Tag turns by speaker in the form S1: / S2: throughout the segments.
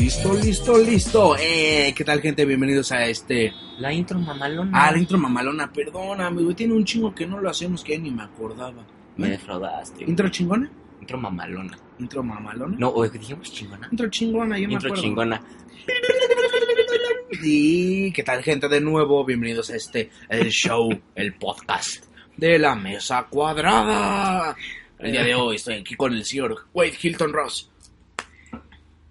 S1: Listo, listo, listo. Eh, ¿Qué tal, gente? Bienvenidos a este.
S2: La intro mamalona.
S1: Ah, la intro mamalona. Perdóname, güey. Tiene un chingo que no lo hacemos que ni me acordaba.
S2: Me defraudaste.
S1: ¿Intro chingona?
S2: Intro mamalona.
S1: ¿Intro mamalona?
S2: No, o dijimos chingona.
S1: Intro chingona, yo me
S2: Intro
S1: acuerdo.
S2: chingona.
S1: Y qué tal, gente, de nuevo. Bienvenidos a este. El show, el podcast de la mesa cuadrada. El día de hoy estoy aquí con el señor Wade Hilton Ross.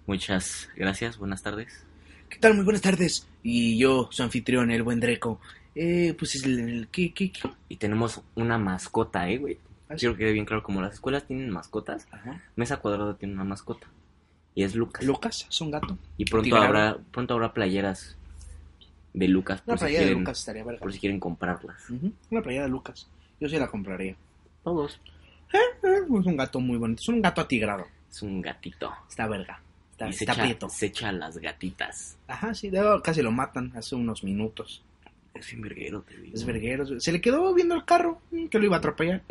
S2: Muchas gracias, buenas tardes.
S1: ¿Qué tal? Muy buenas tardes. Y yo, su anfitrión, el buen Dreco. Eh, pues es el. el- ¿Qué, qué, qué?
S2: Y tenemos una mascota, eh, güey.
S1: Ah, sí.
S2: Quiero que quede bien claro, como las escuelas tienen mascotas,
S1: Ajá.
S2: Mesa Cuadrada tiene una mascota. Y es Lucas.
S1: Lucas, son gato.
S2: y pronto
S1: Tigrado.
S2: habrá, pronto habrá playeras de Lucas.
S1: Una
S2: por si
S1: playera de
S2: quieren-
S1: Lucas estaría verga.
S2: Por si quieren comprarlas.
S1: Ujú, Una playera de Lucas. Yo sí la compraría.
S2: Todos.
S1: Eh, Es un gato muy bonito. Es un gato atigrado.
S2: Es un gatito.
S1: Está verga. Está,
S2: y se
S1: está
S2: echa-
S1: prieto.
S2: se echa a las gatitas.
S1: Ajá, sí. de hecho, casi lo matan hace unos minutos.
S2: Es un verguero, te digo.
S1: Es verguero. Se le quedó viendo el carro mm, que lo iba a atropellar.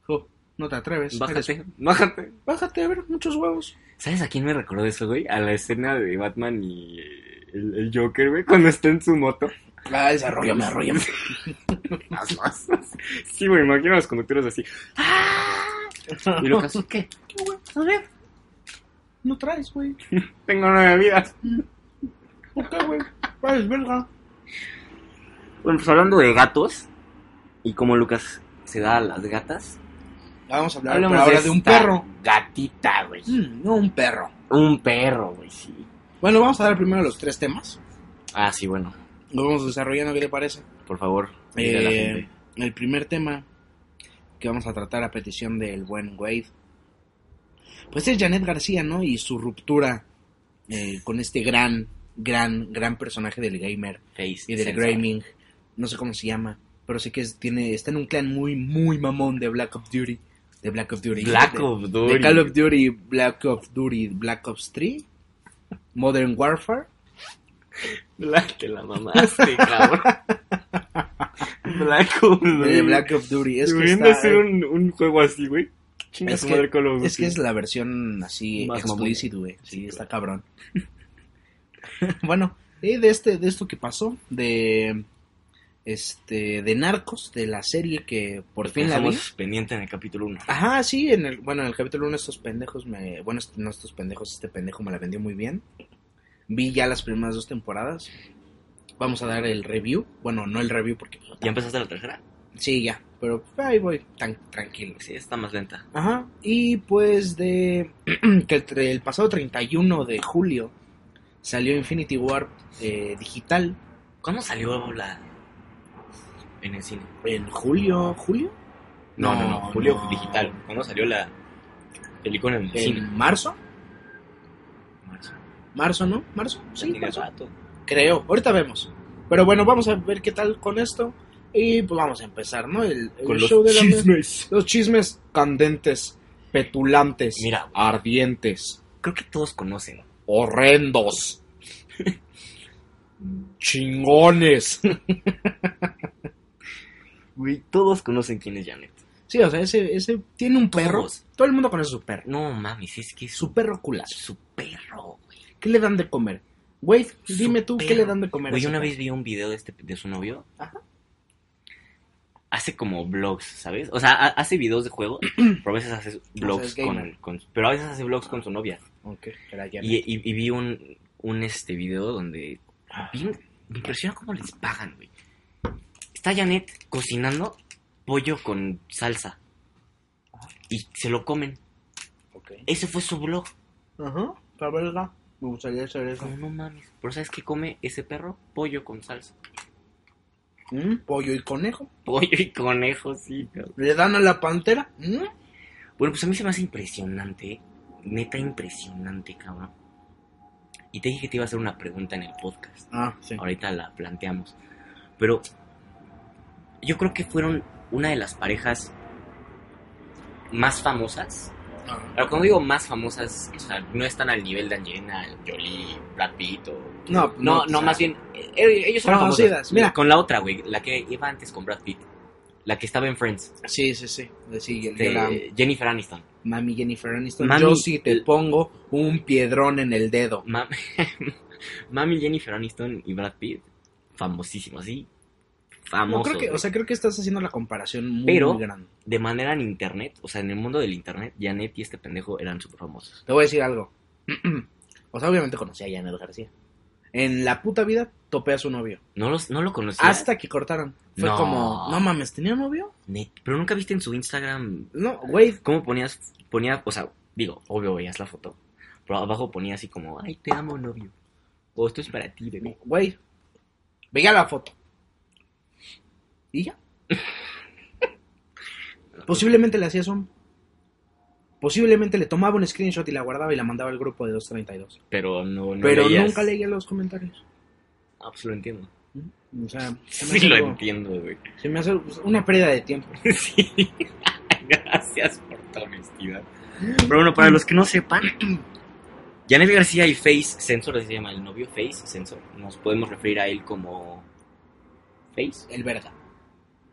S1: Dijo, no te atreves.
S2: Bájate,
S1: eres-
S2: bájate.
S1: Bájate a ver muchos huevos.
S2: ¿Sabes a quién me recordó eso, güey? A la escena de Batman y eh, el, el Joker, güey, cuando está en su moto.
S1: Ah, desarrollame, arrollame.
S2: Las masas. Sí, güey, imagino a los conductores así. ¡Ah! Y Lucas, ¿qué? A ver,
S1: No traes, güey.
S2: tengo nueve vidas.
S1: ¿Por qué, güey? Vales, verga.
S2: Bueno, pues hablando de gatos y cómo Lucas se da a las gatas.
S1: Ya Vamos a hablar
S2: hablemos
S1: pero ahora de un
S2: esta
S1: perro.
S2: Gatita, güey.
S1: Mm, no un perro.
S2: Un perro, güey, sí.
S1: Bueno, vamos a dar primero los tres temas.
S2: Ah, sí, bueno,
S1: Lo vamos desarrollando, ¿qué te parece?
S2: por favor. dile a la
S1: Eh,
S2: gente.
S1: el primer tema que vamos a tratar a petición del buen Wade, pues es Janet García, ¿no? Y su ruptura eh, con este gran, gran, gran personaje del gamer
S2: Face
S1: y del
S2: sensor.
S1: gaming, no sé cómo se llama, pero sé que es- tiene, está en un clan muy, muy mamón de Black Ops Duty, de Black Ops Duty,
S2: Black
S1: de,
S2: of
S1: de
S2: Duty.
S1: Call of Duty, Black Ops Duty, Black Ops 3, Modern Warfare.
S2: Black, te la mamaste, cabrón. Black Ops,
S1: De
S2: güey.
S1: Black Ops Duty, es que
S2: Deberían
S1: está- eh.
S2: de hacer un, un juego así, güey. Chinga
S1: Es
S2: su
S1: que-
S2: madre Call of
S1: Es que
S2: Duty.
S1: es la versión así
S2: Más
S1: explícita, güey. Sí,
S2: Sí,
S1: está cabrón. bueno, y de este, de esto que pasó, de este, de Narcos, de la serie que por fin la vi.
S2: Estamos pendiente en el capítulo 1.
S1: Ajá, sí, en el, bueno, en el capítulo 1 estos pendejos me, bueno, est- no estos pendejos, este pendejo me la vendió muy bien. Vi ya las primeras dos temporadas. Vamos a dar el review. Bueno, no el review porque... pues,
S2: ¿Ya empezaste la tercera?
S1: Sí, ya. Pero ahí voy, tan tranquilo.
S2: Sí, está más lenta.
S1: Ajá, y pues de que el, tre- el pasado 31 de julio salió Infinity War eh, digital
S2: ¿Cuándo salió la... en el cine?
S1: en julio, julio,
S2: No, no, no,
S1: No,
S2: Julio
S1: no.
S2: Digital. ¿Cuándo salió la película en el cine?
S1: en marzo,
S2: Marzo.
S1: marzo, ¿no? Marzo,
S2: Ya
S1: sí,
S2: tiene
S1: marzo.
S2: rato.
S1: creo, ahorita vemos. Pero bueno, vamos a ver qué tal con esto y pues vamos a empezar, ¿no? El, el
S2: Con los
S1: show de la
S2: chismes.
S1: los chismes candentes, petulantes,
S2: Mira.
S1: ardientes,
S2: Creo que todos conocen.
S1: horrendos, chingones.
S2: Güey, todos conocen quién es Janet.
S1: Sí, o sea, ese, ese tiene un perro.
S2: Todos.
S1: Todo el mundo conoce su perro.
S2: No mames, es que es su,
S1: Su perro culazo.
S2: su perro, güey.
S1: ¿Qué le dan de comer? Güey,
S2: Su
S1: dime tú, ¿qué
S2: perro.
S1: le dan de comer? a
S2: Güey,
S1: ese
S2: una
S1: perro?
S2: vez vi un video de, este, de su novio.
S1: Ajá.
S2: Hace como vlogs, ¿sabes? O sea, ha- hace videos de juegos, pero a veces hace vlogs
S1: es gamer.
S2: con, con- Pero a veces hace vlogs con su novia.
S1: Ok, era ya.
S2: Y, y- y vi un, un este video donde... vi- me impresiona cómo les pagan, güey. Está Janet cocinando pollo con salsa. Y se lo comen.
S1: Ok.
S2: Ese fue su vlog.
S1: Ajá, la verga. Me gustaría hacer eso.
S2: Como no mames. Pero ¿sabes qué come ese perro? Pollo con salsa.
S1: Mm, Pollo y conejo.
S2: Pollo y conejo, sí, cabrón.
S1: ¿Le dan a la pantera? Mm.
S2: Bueno, pues a mí se me hace impresionante, neta impresionante, cabrón. Y te dije que te iba a hacer una pregunta en el podcast.
S1: Ah, sí.
S2: Ahorita la planteamos. Pero yo creo que fueron una de las parejas más famosas.
S1: Ah.
S2: Ahora, cuando digo más famosas, o sea, no están al nivel de Angelina Jolie, Brad Pitt o-
S1: No,
S2: No, no, más bien, eh, ellos son famosos.
S1: Conocidas, mira.
S2: Con la otra, güey, la que iba antes con Brad Pitt. La que estaba en Friends.
S1: Sí, sí, sí. Sí, yo- yo
S2: este,
S1: la amo.
S2: Jennifer Aniston.
S1: Mami Jennifer Aniston,
S2: Mami-
S1: yo sí te pongo un piedrón en el dedo.
S2: Ma- Mami Jennifer Aniston y Brad Pitt, famosísimos, así. Famosos.
S1: No, creo que, o
S2: güey.
S1: sea, creo que estás haciendo la comparación muy,
S2: Pero-
S1: muy grande.
S2: de manera en internet, o sea, en el mundo del internet, Janet y este pendejo eran súper famosos.
S1: Te voy a decir algo. o sea, obviamente conocí a Janet García. En la puta vida topé a su novio.
S2: No, los, no lo conocía.
S1: Hasta que cortaron. Fue
S2: No.
S1: como, no mames, ¿tenía novio?
S2: Net- Pero nunca viste en su Instagram
S1: No, güey.
S2: cómo ponías, ponía, o sea, digo, obvio veías la foto, pero abajo ponía así como, ay, te amo, novio. O esto es para ti, bebé.
S1: Güey. Veía la foto. Y ya. Posiblemente le hacía zoom. Posiblemente le tomaba un screenshot y la guardaba y la mandaba al grupo de 232.
S2: Pero no, no
S1: Pero
S2: veías-
S1: nunca leía los comentarios.
S2: Ah, pues lo entiendo.
S1: O sea, se me
S2: Sí,
S1: hace
S2: lo
S1: algo-
S2: entiendo, güey.
S1: se me hace una pérdida de tiempo.
S2: Sí. Gracias por tu honestidad. Pero bueno, para los que no sepan, Janet García y Face Sensor, así se llama el novio Face Sensor. Nos podemos referir a él como. Face.
S1: El verga.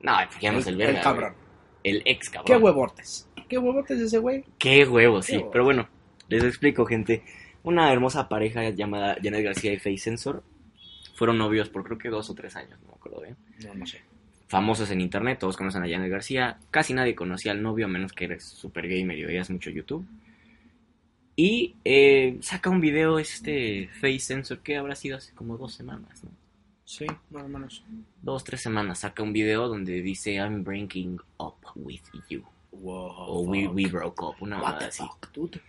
S2: No, porque ya no es el verga.
S1: El cabrón.
S2: güey. El ex cabrón.
S1: Qué huevortes. Qué huevortes ese güey.
S2: Qué huevo, sí.
S1: Qué huevo.
S2: Pero bueno, les explico, gente. Una hermosa pareja llamada Janet García y Face Sensor fueron novios por creo que dos o tres años, no me acuerdo bien.
S1: No, no sé.
S2: famosos en internet, todos conocen a Janet García, casi nadie conocía al novio a menos que eres super gamer y veías mucho YouTube. Y eh, saca un video este Face Sensor que habrá sido hace como dos semanas, ¿no?
S1: Sí, más o menos.
S2: Dos, tres semanas, saca un video donde dice I'm breaking up with you.
S1: Wow.
S2: o Oh, we, we ah, broke up, una
S1: What
S2: mamada
S1: the
S2: así.
S1: fuck, dude.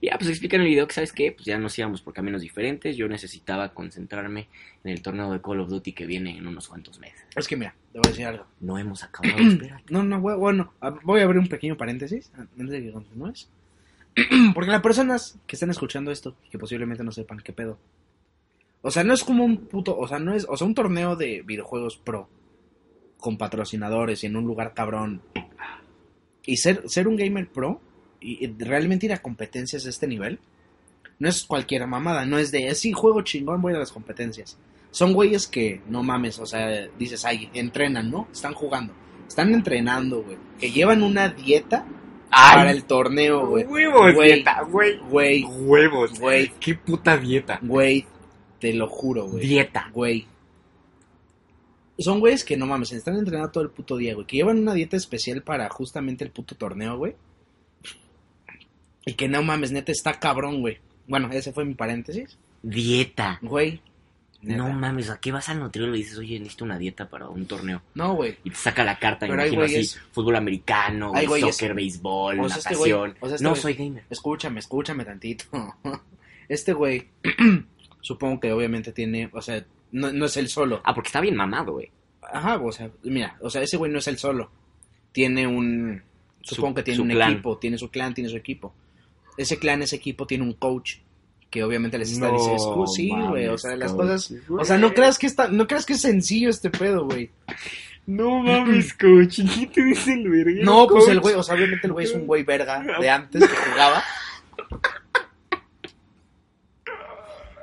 S2: Ya, pues explica en el video que, ¿sabes qué? Pues ya nos íbamos por caminos diferentes. Yo necesitaba concentrarme en el torneo de Call of Duty que viene en unos cuantos meses.
S1: Es que mira, te voy a decir algo.
S2: No hemos acabado, espera.
S1: No, no, güey, bueno, a- voy a abrir un pequeño paréntesis antes de que continúes. Porque las personas que están escuchando esto y que posiblemente no sepan qué pedo. O sea, no es como un puto, o sea, no es, o sea, un torneo de videojuegos pro con patrocinadores y en un lugar cabrón. Y ser, ser un gamer pro y, y realmente ir a competencias de este nivel no es cualquier mamada, no es de, sí, juego chingón, voy a las competencias. Son güeyes que, no mames, o sea, dices, ay, entrenan, ¿no? Están jugando. Están entrenando, güey. Que llevan una dieta para el torneo, güey.
S2: huevos,
S1: Güey.
S2: dieta, güey.
S1: Güey,
S2: Huevos,
S1: Güey.
S2: Qué puta dieta.
S1: güey, te lo juro, güey.
S2: Dieta.
S1: Güey. Son güeyes que no mames, están entrenando todo el puto día, güey. Que llevan una dieta especial para justamente el puto torneo, güey. Y que no mames, neta, está cabrón, güey. Bueno, ese fue mi paréntesis.
S2: Dieta.
S1: Güey. neta.
S2: No mames, ¿a qué vas al nutriólogo y dices, oye, necesito una dieta para un torneo?
S1: No, güey.
S2: Y te saca la carta,
S1: Pero hay
S2: imagino así,
S1: güeyes-
S2: fútbol americano,
S1: Hay
S2: güey,
S1: güeyes-
S2: soccer, béisbol,
S1: O sea, este güey-
S2: natación.
S1: o sea, este
S2: no,
S1: güey-
S2: soy gamer.
S1: Escúchame, escúchame tantito. Este güey, supongo que obviamente tiene, o sea, no, no es el solo.
S2: Ah, porque está bien mamado, güey.
S1: Ajá, o sea, mira, o sea, ese güey no es el solo. Tiene un, supongo
S2: Su-
S1: que tiene
S2: su
S1: un
S2: clan.
S1: equipo, tiene su clan, tiene su equipo. Ese clan, ese equipo tiene un coach que obviamente les está
S2: No
S1: diciendo, "Escu- sí, güey, o
S2: mames,
S1: sea, las
S2: coach.
S1: cosas, o sea, no creas que está, no creas que es sencillo este pedo, güey.
S2: No mames, coach. ¿Qué te dice el verga?
S1: No, pues el güey, o sea, obviamente el güey es un güey verga de antes que jugaba.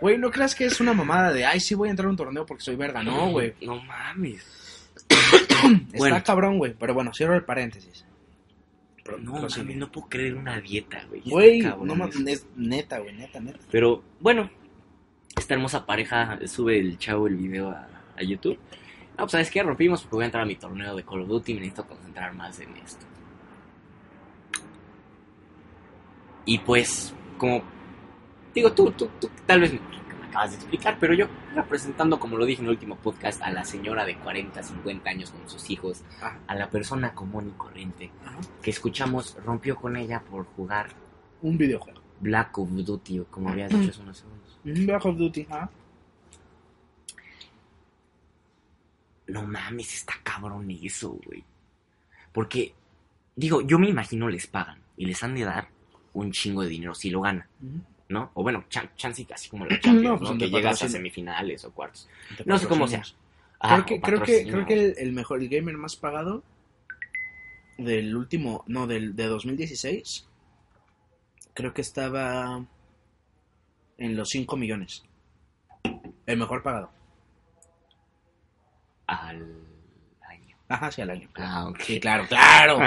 S1: Güey, no creas que es una mamada de, ay, sí voy a entrar a un torneo porque soy verga. Ah, No, güey.
S2: No mames. Bueno.
S1: Está cabrón, güey. Pero bueno, cierro el paréntesis. Pero-
S2: No
S1: pero
S2: mames,
S1: sí.
S2: no puedo creer una dieta, güey. Está
S1: Güey,
S2: cabrón
S1: no mames,
S2: eso.
S1: es neta, güey, neta, neta.
S2: Pero bueno, esta hermosa pareja sube el chavo el video a, a YouTube. No, pues sabes qué, rompimos porque voy a entrar a mi torneo de Call of Duty y me necesito concentrar más en esto. Y pues, como digo, tú, tú, tú tal vez me, me acabas de explicar, pero yo representando, como lo dije en el último podcast, a la señora de 40, 50 años con sus hijos,
S1: Ajá.
S2: a la persona común y corriente
S1: Ajá.
S2: que escuchamos rompió con ella por jugar
S1: Un videojuego.
S2: Black of Duty, o como habías dicho hace unos segundos.
S1: Un Black of Duty, ajá.
S2: No mames, está cabrón eso, güey. Porque, digo, yo me imagino les pagan y les han de dar un chingo de dinero si lo ganan, ¿no? O bueno, chan, chance y casi como la Champions,
S1: No, pues,
S2: ¿no?
S1: donde
S2: Que llegas a
S1: patrocinan.
S2: semifinales o cuartos.
S1: Te
S2: No sé cómo sea.
S1: patrocinas.
S2: Ah,
S1: creo que,
S2: o
S1: creo que, creo
S2: patrocinan.
S1: que el, el mejor, el gamer más pagado del último, no, del de 2016, creo que estaba en los 5 millones. El mejor pagado.
S2: Al año.
S1: Ajá, sí, al año.
S2: Ah, ok.
S1: Sí, claro, claro.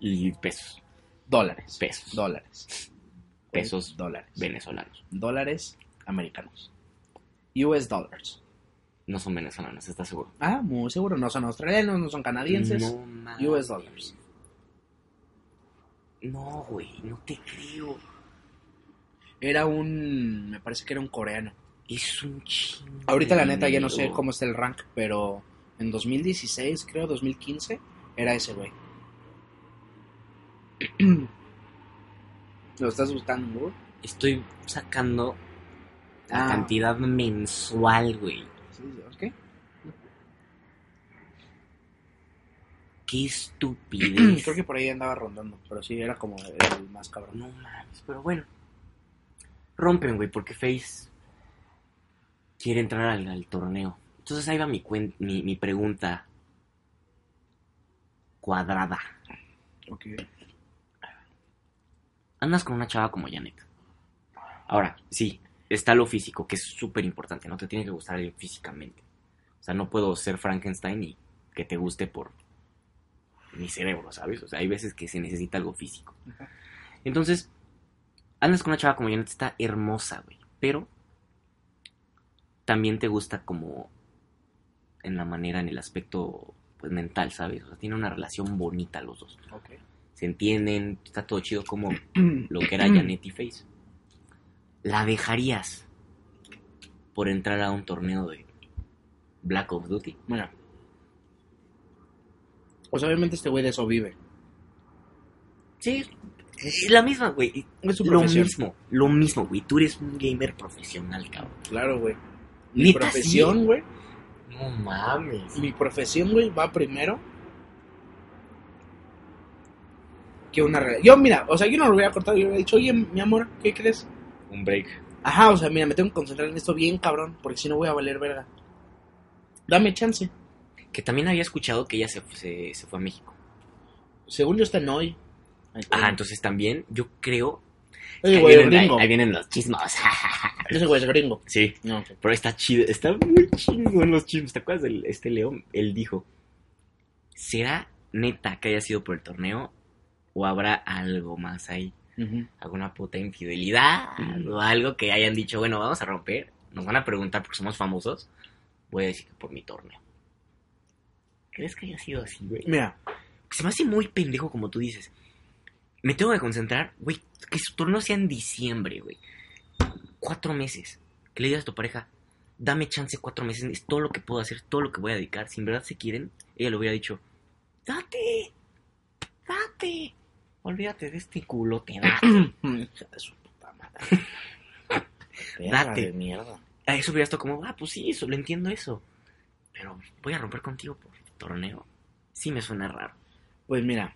S2: y pesos.
S1: Dólares.
S2: Pesos.
S1: Dólares.
S2: Pesos
S1: Dólares.
S2: venezolanos.
S1: Dólares americanos. US dollars.
S2: No son venezolanos, ¿estás seguro?
S1: Ah, muy seguro. No son australianos, no son canadienses.
S2: No mames.
S1: US dollars.
S2: No, güey, no te creo.
S1: Era un. Me parece que era un coreano.
S2: Es un chingo.
S1: Ahorita,
S2: de
S1: la neta, ya no sé
S2: dinero.
S1: cómo está el rank, pero en 2016, creo, 2015, era ese güey. ¿Lo estás buscando en Google?
S2: Estoy sacando la
S1: Ah.
S2: cantidad mensual, güey.
S1: Sí, ok.
S2: Qué estupidez.
S1: Creo que por ahí andaba rondando, pero sí, era como el más cabrón.
S2: No mames, pero bueno. Rompen, güey, porque Face quiere entrar al, al torneo. Entonces ahí va mi, cuen- mi, mi pregunta cuadrada.
S1: Ok.
S2: Andas con una chava como Janet. Ahora, sí, está lo físico, que es súper importante, ¿no? Te tiene que gustar alguien físicamente. O sea, no puedo ser Frankenstein y que te guste por mi cerebro, ¿sabes? O sea, hay veces que se necesita algo físico.
S1: Ajá.
S2: Entonces, andas con una chava como Janet, está hermosa, güey. Pero también te gusta como en la manera, en el aspecto pues mental, ¿sabes? O sea, tiene una relación bonita los dos.
S1: Ok.
S2: Se entienden, está todo chido como lo que era Janet y Face. ¿La dejarías por entrar a un torneo de Black of Duty?
S1: Mira. Pues obviamente este güey de eso vive.
S2: Sí, es la misma, güey.
S1: Es su
S2: Lo
S1: profesión.
S2: mismo, lo mismo, güey. Tú eres un gamer profesional, cabrón.
S1: Claro, güey. Mi
S2: Neta,
S1: profesión, güey.
S2: No mames.
S1: Mi profesión, güey, va primero. Que una re- Yo, mira, o sea, yo no lo hubiera cortado. Yo le hubiera dicho, oye, mi amor, ¿qué crees?
S2: Un break.
S1: Ajá, o sea, mira, me tengo que concentrar en esto bien, cabrón. Porque si no voy a valer verga. Dame chance.
S2: Que también había escuchado que ella se, se- se fue a México.
S1: Según yo, está en hoy.
S2: Ajá, entonces también yo creo...
S1: Ese
S2: ahí,
S1: güey es
S2: vienen, ahí-
S1: gringo.
S2: ahí vienen los chismos.
S1: Ese güey es gringo.
S2: sí,
S1: No, ok.
S2: Pero está chido, está muy chingón los chismes. ¿Te acuerdas del este León? Él dijo: ¿Será neta que haya sido por el torneo? ¿O habrá algo más ahí?
S1: Ujú.
S2: ¿Alguna puta infidelidad?
S1: Mm.
S2: ¿O algo que hayan dicho, bueno, vamos a romper? Nos van a preguntar porque somos famosos. Voy a decir que por mi torneo. ¿Crees que haya sido así, güey?
S1: Mira,
S2: Se me hace muy pendejo como tú dices. Me tengo que concentrar, güey, que su torneo sea en diciembre, güey. Cuatro meses. Que le digas a tu pareja, dame chance cuatro meses, es todo lo que puedo hacer, todo lo que voy a dedicar. Si en verdad se quieren, ella le hubiera dicho, date, date. Olvídate de este culote, date.
S1: hija de su puta madre. Perra
S2: Date.
S1: de mierda.
S2: A eso hubiera estado como, ah, pues sí, eso, lo entiendo eso. Pero voy a romper contigo por torneo. Sí me suena raro.
S1: Pues mira,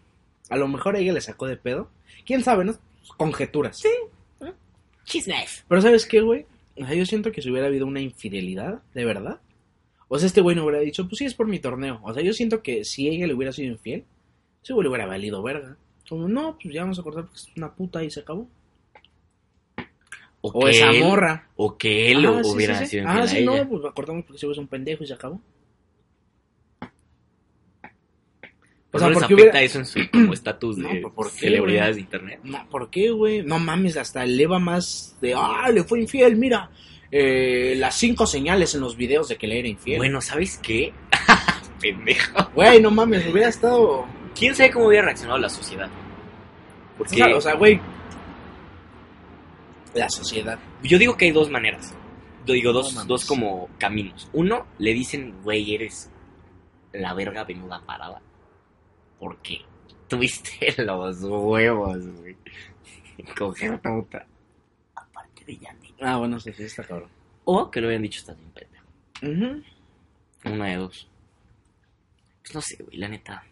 S1: a lo mejor ella le sacó de pedo. ¿Quién sabe, no? Conjeturas.
S2: Chismes.
S1: Pero ¿sabes qué, güey? O sea, yo siento que si hubiera habido una infidelidad, de verdad. O sea, este güey no hubiera dicho, pues sí, es por mi torneo. O sea, yo siento que si ella le hubiera sido infiel, ese güey le hubiera valido verga. Como, no, pues ya vamos a cortar porque es una puta y se acabó. O
S2: que
S1: esa
S2: él-
S1: morra.
S2: O que él
S1: Ah, sí,
S2: hubiera
S1: sí, sí.
S2: sido infiel
S1: Ah,
S2: a
S1: sí,
S2: ella.
S1: no, pues cortamos porque ese güey es un pendejo y se acabó.
S2: O
S1: O sea,
S2: sea, ¿les
S1: porque
S2: afecta
S1: hubiera-
S2: eso en su como estatus de
S1: No, pues, ¿por qué,
S2: celebridades de internet?
S1: No, ¿por qué, güey? No mames, hasta eleva más de, ah, le fue infiel, mira. eh, las cinco señales en los videos de que le era infiel.
S2: Bueno, ¿sabes qué? Pendejo.
S1: Güey, no mames, hubiera estado...
S2: ¿Quién sabe cómo hubiera reaccionado la sociedad?
S1: O
S2: Porque
S1: sea, o sea, güey. La sociedad.
S2: yo digo que hay dos maneras. Yo digo
S1: No
S2: dos,
S1: mames.
S2: dos como caminos. Uno, le dicen, güey, eres la verga venuda parada. ¿Por qué? Tuviste los huevos, güey. Coger puta. Aparte de Yandy.
S1: Ah, bueno, sí, sí, está cabrón.
S2: O que lo habían dicho, estás bien pendejo. Una de dos. Pues no sé, güey, la neta.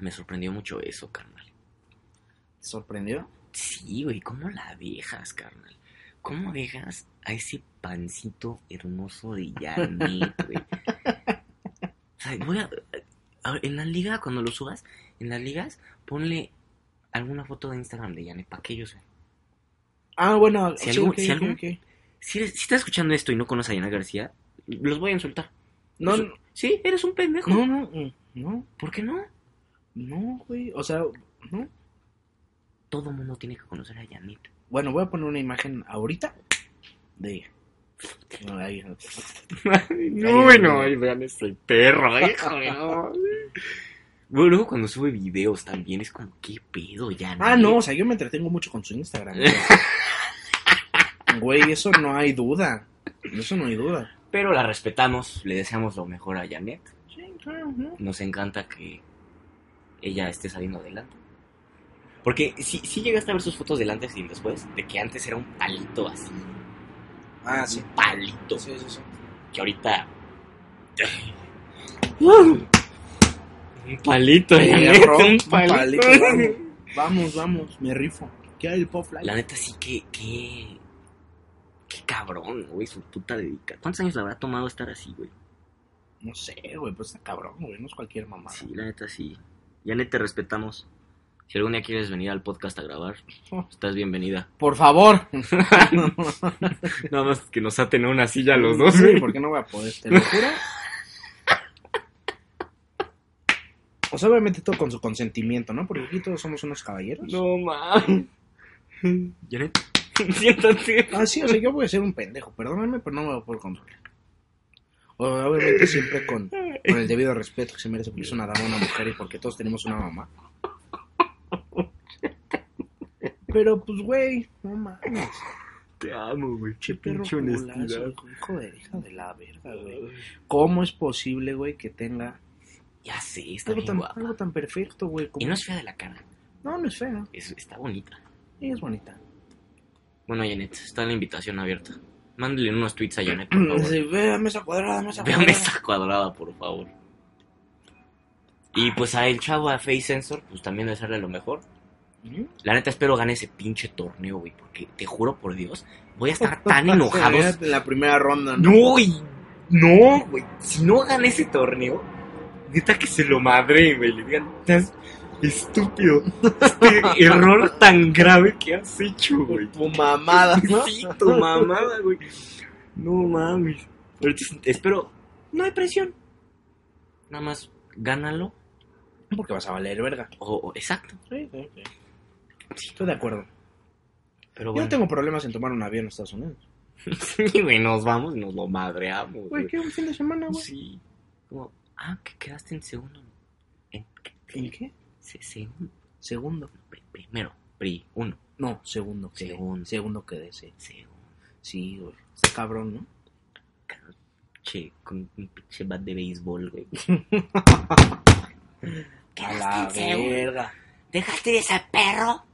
S2: Me sorprendió mucho eso, carnal.
S1: ¿Te sorprendió?
S2: Sí, güey, ¿cómo la dejas, carnal? ¿Cómo dejas a ese pancito hermoso de Janet, güey? O sea, voy a- a ver, en la liga, cuando lo subas, en las ligas, ponle alguna foto de Instagram de Janet para que ellos vean.
S1: Ah, bueno,
S2: Si
S1: sí,
S2: algún-
S1: ok,
S2: si
S1: ok,
S2: algún-
S1: ok.
S2: Si, eres- si estás escuchando esto y no conoces a Janet García, los voy a insultar.
S1: No,
S2: Eso- Sí, eres un pendejo.
S1: no, no, no, no,
S2: ¿Por qué no?
S1: no, güey. O sea, no.
S2: Todo mundo tiene que conocer a Janet.
S1: Bueno, voy a poner una imagen ahorita de ella. No, ahí-
S2: no, bueno, ay, vean este perro, híjole, no. Bueno, luego cuando sube videos también es como, ¿qué pedo, Janet?
S1: Ah, no, o sea, yo me entretengo mucho con su Instagram. güey. Güey, eso no hay duda. Eso no hay duda.
S2: Pero la respetamos, le deseamos lo mejor a Janet.
S1: Sí, claro, ¿no?
S2: Nos encanta que ella esté saliendo adelante. Porque si, si llegaste a ver sus fotos del antes y del después, de que antes era un palito así,
S1: Ah, sí.
S2: un palito,
S1: Sí, sí, sí.
S2: que ahorita...
S1: ¡Ah!
S2: un palito, Janet,
S1: Perro,
S2: un
S1: un
S2: palito.
S1: palito, vamos. Vamos, vamos, me rifo. ¿Qué hay el pop
S2: La neta sí que, que, qué cabrón, güey, su puta dedica. ¿Cuántos años le habrá tomado estar así, güey?
S1: No sé, güey, pues está cabrón, güey, no es cualquier mamá.
S2: Sí, la neta sí. Ya neta te respetamos. Si algún día quieres venir al podcast a grabar, estás bienvenida.
S1: Por favor.
S2: Nada más que nos aten a una silla
S1: Sí, porque no voy a poder, te lo juro. O sea, obviamente todo con su consentimiento, ¿no? Porque aquí todos somos unos caballeros.
S2: No mames. Janet, siéntate.
S1: Ah, sí, o sea, yo voy a ser un pendejo, perdóname, pero no me voy a poder controlar. O- Obviamente siempre con, con el debido respeto que se merece porque es una dama, una mujer y porque todos tenemos una mamá. Pero pues, güey, no mames.
S2: Te amo, güey. Qué
S1: Che perro
S2: pinche honestidad.
S1: culazo, hijo de hija de la verga, güey. ¿Cómo es posible, güey, que tenga
S2: Ya sé, está
S1: algo
S2: bien
S1: tan,
S2: guapa.
S1: algo tan perfecto, güey?
S2: Y
S1: como-
S2: no es fea de la cara,
S1: No, no es fea.
S2: es- está bonita.
S1: Ella es bonita.
S2: Bueno, Janet, está la invitación abierta. Mándale unos tweets a Janet, por favor.
S1: Sí, ve a mesa cuadrada, mesa
S2: Vean
S1: cuadrada.
S2: esa cuadrada, por favor. Y pues a el chavo, a Face Sensor, pues también desearle lo mejor.
S1: Ujú.
S2: La neta, espero gane ese pinche torneo, güey, porque te juro por Dios, voy a estar tan enojado.
S1: Imagínate la primera ronda, ¿no?
S2: No, y- no, güey, si no gana ese torneo, neta que se lo madre, güey, le digan, estás estúpido, este error tan grave que has hecho, güey.
S1: Tu mamada, ¿no?
S2: Sí, tu mamada, güey. No mames. Ahorita es- espero. No hay presión. Nada más, gánalo.
S1: Porque vas a valer verga.
S2: O, o- exacto.
S1: Sí, sí, sí. Estoy de acuerdo.
S2: Pero
S1: Yo
S2: bueno.
S1: no tengo problemas en tomar un avión a Estados Unidos.
S2: Sí, güey, nos vamos y nos lo madreamos, güey.
S1: ¿qué? ¿Un fin de semana,
S2: Sí. Como, ah, que quedaste en segundo. ¿En qué?
S1: ¿En qué?
S2: Se- segundo.
S1: Segundo.
S2: pri- primero. Pri. Uno.
S1: No, segundo quedé.
S2: Segundo.
S1: Segundo, segundo quedé, sí.
S2: Segundo.
S1: Sí, güey. Está cabrón, ¿no?
S2: Che, con un pinche bat de béisbol, güey.
S1: A la
S2: Quedaste en segundo.
S1: verga.
S2: ¿Dejaste de ese perro?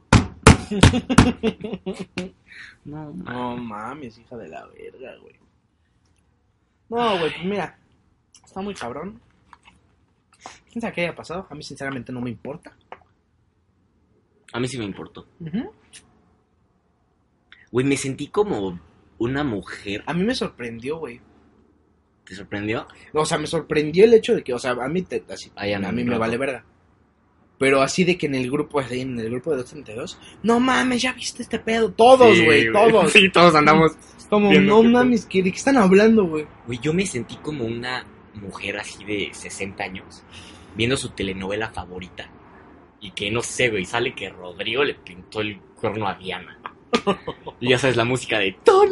S2: no, ma-
S1: No mames, hija de la verga, güey. No, güey, pues mira. Está muy cabrón. ¿Quién sabe qué haya pasado? A mí, sinceramente, no me importa.
S2: A mí sí me importó. Güey, me sentí como una mujer.
S1: A mí me sorprendió, güey.
S2: ¿Te sorprendió?
S1: O sea, me sorprendió el hecho de que, o sea, a mí, te- así,
S2: Ay,
S1: a
S2: Ana,
S1: mí
S2: mi
S1: me
S2: rato.
S1: vale verga. Pero así de que en el grupo, así, en el grupo de 232, no mames, ya viste este pedo. Todos,
S2: Sí,
S1: güey, todos.
S2: Sí, todos andamos.
S1: Como,
S2: Viendo
S1: no
S2: qué pedo.
S1: mames, ¿qué- ¿de qué están hablando, güey?
S2: Güey, yo me sentí como una mujer así de 60 años viendo su telenovela favorita. Y que no sé, güey, sale que Rodrigo le pintó el cuerno a Diana. Y ya sabes, la música de ton.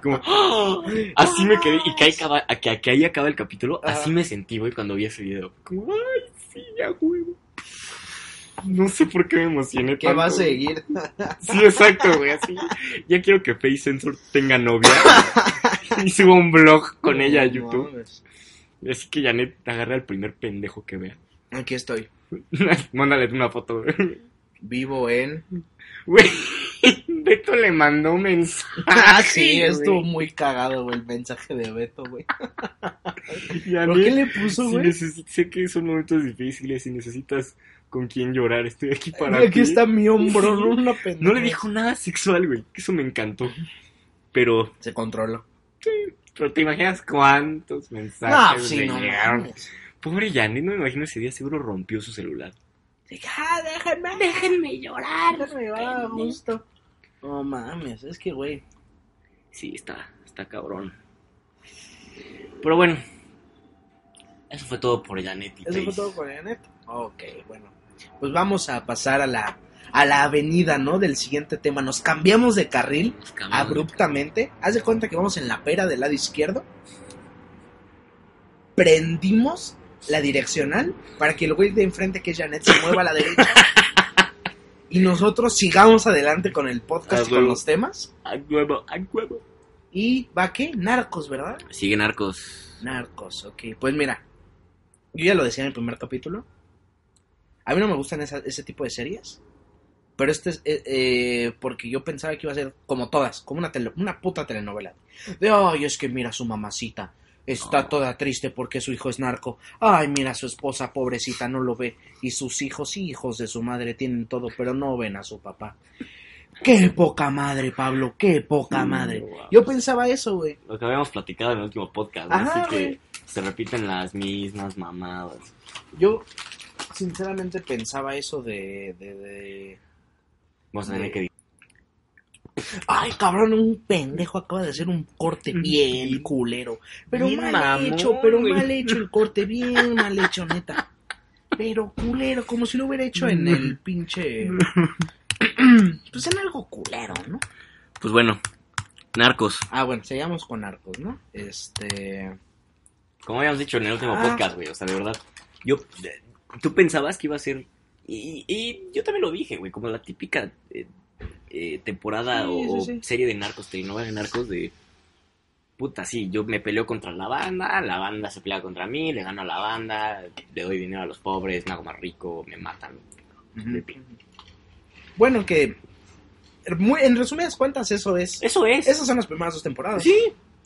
S2: Como, ¡ah! así me quedé. Y que ahí acaba, a que, a que ahí acaba el capítulo.
S1: Ajá.
S2: Así me sentí, güey, cuando vi ese video. Como, ay, sí, ya, güey. No sé por qué me emocioné
S1: ¿Qué va a
S2: tanto, güey.
S1: seguir?
S2: Sí, exacto, güey. Así. Ya quiero que Face Sensor tenga novia y suba un blog con ella a
S1: No
S2: YouTube.
S1: mames.
S2: Así que Janet agarra al primer pendejo que vea.
S1: Aquí estoy,
S2: Mándale una foto, güey.
S1: vivo en...
S2: Güey, Beto le mandó un mensaje.
S1: Ah, sí,
S2: güey.
S1: estuvo muy cagado, güey, el mensaje de Beto, güey. ¿Pero qué
S2: Janet,
S1: le puso,
S2: si
S1: güey?
S2: necesi- sé que son momentos difíciles y necesitas con quién llorar. Estoy aquí para
S1: Aquí
S2: ti.
S1: está mi hombro, no una pendeja.
S2: No le dijo nada sexual, güey. que Eso me encantó. Pero,
S1: Se controló.
S2: pero te imaginas cuántos mensajes
S1: No, Ah, sí,
S2: le
S1: no
S2: llegaron.
S1: mames.
S2: Pobre Janet, no me imagino ese día seguro rompió su celular.
S1: Ah, déjenme, déjenme llorar. Déjenme llorar a gusto. No mames, es que, güey.
S2: Sí, está, está cabrón. Pero bueno, eso fue todo por Janet y
S1: Eso fue
S2: Face.
S1: todo con el net. Ok, bueno. Pues vamos a pasar a la a la avenida, ¿no? Del siguiente tema. Nos cambiamos de carril
S2: Nos cambiamos de
S1: abruptamente. Haz de cuenta que vamos en la pera del lado izquierdo. Prendimos la direccional para que el güey de enfrente, que es Janet, se mueva a la derecha. Y nosotros sigamos adelante con el podcast
S2: Ah,
S1: y con
S2: huevo.
S1: los temas.
S2: A huevo, a huevo.
S1: Y va que narcos, ¿verdad?
S2: Sigue Narcos.
S1: Narcos, ok. Pues mira, yo ya lo decía en el primer capítulo. A mí no me gustan esa- ese tipo de series. Pero este es eh, eh, porque yo pensaba que iba a ser como todas, como una, tele- una puta telenovela. De, ay, es que mira su mamacita. Está
S2: No.
S1: toda triste porque su hijo es narco. Ay, mira su esposa, pobrecita, no lo ve. Y sus hijos y hijos de su madre tienen todo, pero no ven a su papá. Qué poca madre, Pablo, qué poca madre.
S2: Wow.
S1: Yo pensaba eso, güey.
S2: Lo que habíamos platicado en el último podcast, ¿no?
S1: Ajá,
S2: así que
S1: güey.
S2: se repiten las mismas mamadas.
S1: Yo sinceramente pensaba eso de, de, de-
S2: Vamos a tener que
S1: Ay, cabrón, un pendejo acaba de hacer un corte bien
S2: Bien.
S1: culero. Pero
S2: Bien
S1: mal
S2: mamón,
S1: hecho, pero
S2: güey.
S1: mal hecho el corte, bien mal hecho, neta. Pero culero, como si lo hubiera hecho en el pinche... Pues en algo culero, ¿no?
S2: Pues bueno, Narcos.
S1: Ah, bueno, seguimos con arcos, ¿no? Este...
S2: Como habíamos dicho en el último
S1: Ah.
S2: podcast, güey. O sea, de verdad. Yo. eh, Tú pensabas que iba a ser. Y, y- y yo también lo dije, güey. Como la típica eh, eh, temporada
S1: Sí,
S2: o,
S1: sí,
S2: o
S1: sí.
S2: serie de narcos, telenovela de narcos de. Puta, sí, yo me peleo contra la banda, la banda se pelea contra mí, le gano a la banda, le doy dinero a los pobres, me hago más rico, me matan.
S1: Bueno, que... muy- en resumidas cuentas, eso es...
S2: Eso es.
S1: Esas son las primeras dos temporadas.
S2: Sí.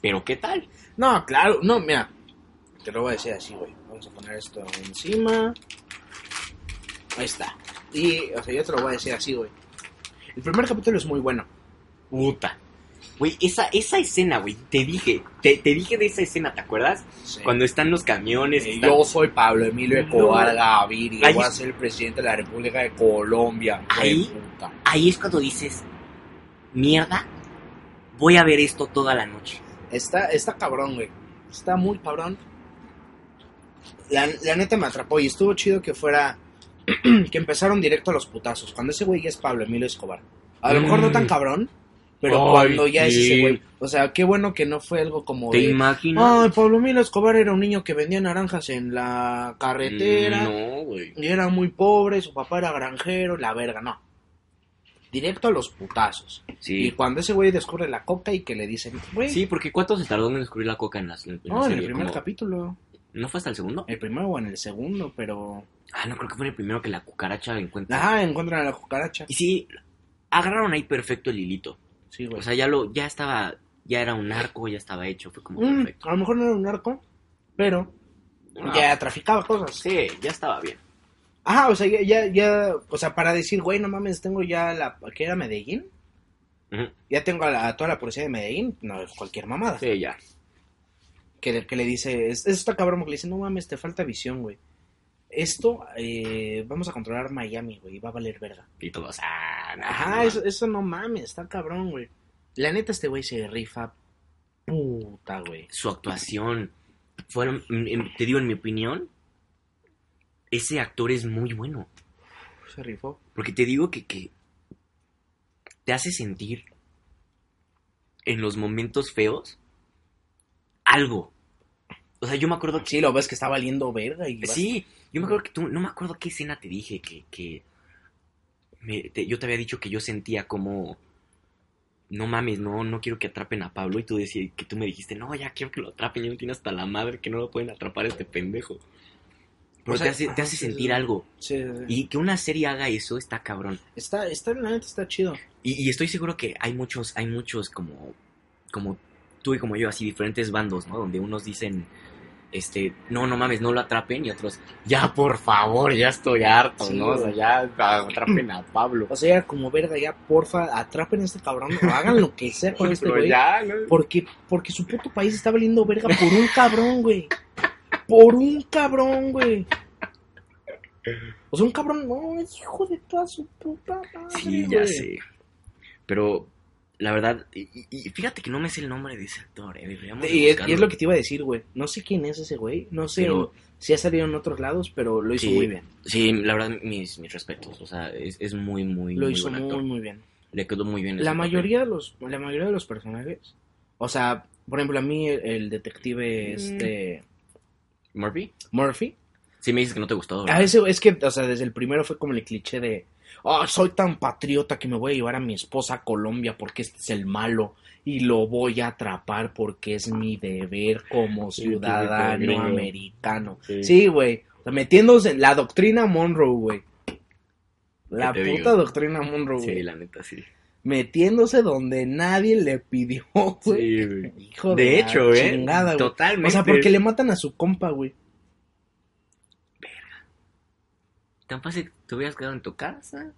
S2: Pero ¿qué tal?
S1: No, claro, no, mira. Te lo voy a decir así, güey. Vamos a poner esto encima. Ahí está. Y, o sea, yo te lo voy a decir así, güey. El primer capítulo es muy bueno.
S2: Puta. Güey, esa, esa escena, güey, te dije, te, te dije de esa escena, ¿te acuerdas?
S1: Sí.
S2: Cuando están los camiones.
S1: Eh,
S2: están-
S1: yo soy Pablo Emilio Escobar Gaviria.
S2: Ahí-
S1: Voy a ser el presidente de la República de Colombia.
S2: Ahí-
S1: Qué puta.
S2: Ahí es cuando dices, mierda, voy a ver esto toda la noche.
S1: Está, está cabrón, güey. Está muy cabrón. La, la neta me atrapó y estuvo chido que fuera. que empezaron directo a los putazos. Cuando ese güey ya es Pablo Emilio Escobar. A lo mejor no tan
S2: Mm.
S1: cabrón, pero
S2: Ay,
S1: cuando ya es ese
S2: sí.
S1: güey. O sea, qué bueno que no fue algo como.
S2: ¿Te
S1: de,
S2: imaginas?
S1: Ay, Pablo Emilio Escobar era un niño que vendía naranjas en la carretera.
S2: Mm, No, güey.
S1: Y era muy pobre, su papá era granjero, la verga, no. Directo a los putazos. Y
S2: Sí.
S1: cuando ese güey descubre la coca y que le dicen, güey,
S2: Sí, porque ¿cuánto se tardó en descubrir la coca en la, en la
S1: no, en el
S2: serie?
S1: primer Eh.
S2: Como-
S1: capítulo.
S2: ¿No fue hasta el segundo?
S1: El primero o en el segundo, pero.
S2: Ah, no, creo que fue el primero que la cucaracha encuentra.
S1: Ajá, encuentran a la cucaracha.
S2: Y sí, agarraron ahí perfecto el hilito.
S1: Sí, güey.
S2: O sea, ya lo, ya estaba, ya era un narco, ya estaba hecho, fue como
S1: Mm,
S2: perfecto.
S1: a lo mejor no era un narco, pero
S2: Ah,
S1: ya traficaba cosas.
S2: sí, ya estaba bien.
S1: Ajá, o sea, ya, ya, ya, o sea, para decir, güey, no mames, tengo ya la. ¿Qué era Medellín?
S2: Ujú.
S1: Ya tengo a, la- a toda la policía de Medellín, no es cualquier mamada.
S2: Sí, ya.
S1: Que, le- que le dice, es, es esta cabrón que le dice, no mames, te falta visión, güey. Esto, eh, vamos a controlar Miami, güey, y va a valer verga.
S2: Y todos, ah, no, no,
S1: Ajá, eso, eso no mames, está cabrón, güey. La neta, este güey se rifa puta, güey.
S2: su actuación fueron, en- en- te digo en mi opinión, ese actor es muy bueno.
S1: Se rifó.
S2: Porque te digo que, que te hace sentir en los momentos feos algo. O sea, yo me acuerdo que
S1: Sí, lo ves que está valiendo verga y vas-
S2: Sí, yo me acuerdo que tú, no me acuerdo qué escena te dije que, que me- te- yo te había dicho que yo sentía como, no mames, no, no quiero que atrapen a Pablo y tú decías que tú me dijiste, no, ya quiero que lo atrapen, ya no tiene hasta la madre que no lo pueden atrapar a este pendejo.
S1: O
S2: Pero
S1: sea,
S2: te hace, te
S1: ajá,
S2: hace
S1: sí, sí,
S2: sentir
S1: sí.
S2: algo.
S1: Sí, sí, sí.
S2: Y que una serie haga eso está cabrón.
S1: Está, está, la neta está chido.
S2: Y, y estoy seguro que hay muchos, hay muchos como, como tú y como yo, así diferentes bandos, ¿no? Donde unos dicen, este, no, no mames, no lo atrapen, y otros, ya por favor, ya estoy harto,
S1: Sí,
S2: ¿no? O sea,
S1: güey.
S2: ya atrapen a Pablo.
S1: O sea, era como verga, ya, porfa, atrapen a este cabrón, o hagan lo que sea con este
S2: Pero
S1: güey.
S2: ya, ¿no?
S1: Porque, porque su puto país está valiendo verga por un cabrón, güey. Por un cabrón, güey. O sea, un cabrón, no, es hijo de toda su puta madre.
S2: Sí, ya
S1: güey.
S2: sé. Pero La verdad, y, y- y fíjate que no me sé el nombre de ese actor, eh, deberíamos de
S1: Y es, y
S2: buscarlo.
S1: es lo que te iba a decir, güey. No sé quién es ese güey. No sé
S2: Pero-
S1: si ha salido en otros lados, pero lo hizo
S2: Sí,
S1: muy bien.
S2: Sí, la verdad, mis, mis respetos. O sea, es, es muy, muy,
S1: Lo
S2: muy
S1: hizo
S2: buen actor.
S1: muy, muy bien.
S2: Le quedó muy bien. ese
S1: La
S2: papel.
S1: mayoría, de los, la mayoría de los personajes. O sea, por ejemplo, a mí el, el detective
S2: Mm.
S1: este,
S2: ¿Murphy?
S1: Murphy.
S2: Sí, me dices que no te gustó.
S1: A
S2: ¿verdad?
S1: Ah, ese, es que, o sea, desde el primero fue como el cliché de. Oh, soy tan patriota que me voy a llevar a mi esposa a Colombia porque este es el malo y lo voy a atrapar porque es mi deber como ciudadano
S2: gringo.
S1: americano.
S2: Sí.
S1: Sí, güey. O sea, metiéndose en la doctrina Monroe, güey. La
S2: te
S1: puta
S2: digo?
S1: doctrina Monroe,
S2: Sí,
S1: güey.
S2: la neta, sí.
S1: Metiéndose donde nadie le pidió, este güey.
S2: Sí, güey.
S1: Hijo de,
S2: De
S1: la
S2: hecho, ¿eh?
S1: chingada, güey.
S2: Totalmente.
S1: O sea, porque le matan a su compa, güey.
S2: Tan fácil que te hubieras quedado en tu casa.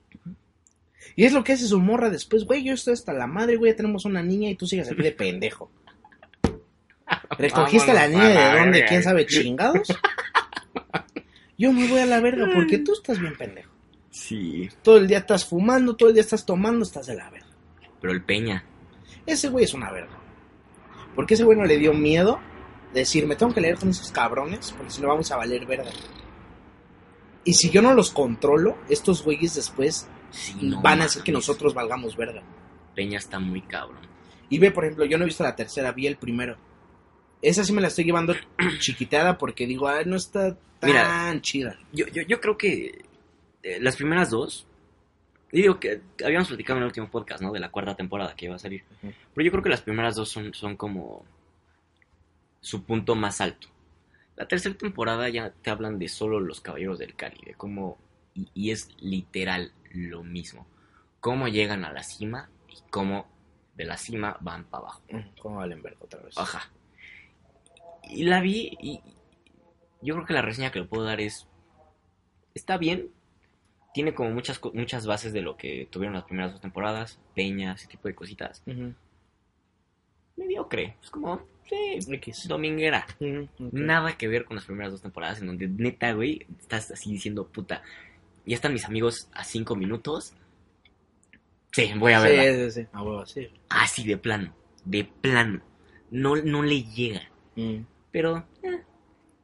S1: Y es lo que hace su morra después, güey. Yo estoy hasta la madre, güey. ya Tenemos una niña y tú sigues aquí de pendejo. ¿Recogiste a la
S2: Vámonos
S1: niña
S2: a la
S1: de dónde?
S2: verga.
S1: ¿Quién sabe? ¿Chingados? Yo me voy a la verga porque tú estás bien pendejo.
S2: Sí.
S1: Todo el día estás fumando, todo el día estás tomando, estás de la verga.
S2: Pero el Peña.
S1: Ese güey es una verga. Porque ese güey no le dio miedo decir, me tengo que leer con esos cabrones, porque si no vamos a valer verga. Y si yo no los controlo, estos güeyes después
S2: Sí, no.
S1: van a hacer que
S2: mames.
S1: nosotros valgamos verga.
S2: Peña está muy cabrón.
S1: Y ve, por ejemplo, yo no he visto la tercera, vi el primero. Esa sí me la estoy llevando chiquitada porque digo, ay, no está tan
S2: Mira.
S1: chida.
S2: Yo, yo, yo creo que eh, las primeras dos. Y digo que habíamos platicado en el último podcast, ¿no? De la cuarta temporada que iba a salir.
S1: Ujú.
S2: Pero yo creo que las primeras dos son, son como su punto más alto. La tercera temporada ya te hablan de solo los Caballeros del Cali, de cómo. Y, y es literal lo mismo. Cómo llegan a la cima y cómo de la cima van para abajo.
S1: Como Mm, valen verga otra vez.
S2: Ajá. Y la vi y yo creo que la reseña que le puedo dar es... Está bien. Tiene como muchas, co- muchas bases de lo que tuvieron las primeras dos temporadas. Peña, ese tipo de cositas.
S1: Ujú.
S2: Mediocre. Es como... Sí.
S1: X.
S2: Dominguera.
S1: Ujú, ok.
S2: Nada que ver con las primeras dos temporadas en donde neta, güey, estás así diciendo puta. Ya están mis amigos a cinco minutos. Sí, voy a verla.
S1: Sí, sí, sí. A huevo, sí.
S2: Así de plano. De plano. No, no le llega.
S1: Mm.
S2: Pero eh,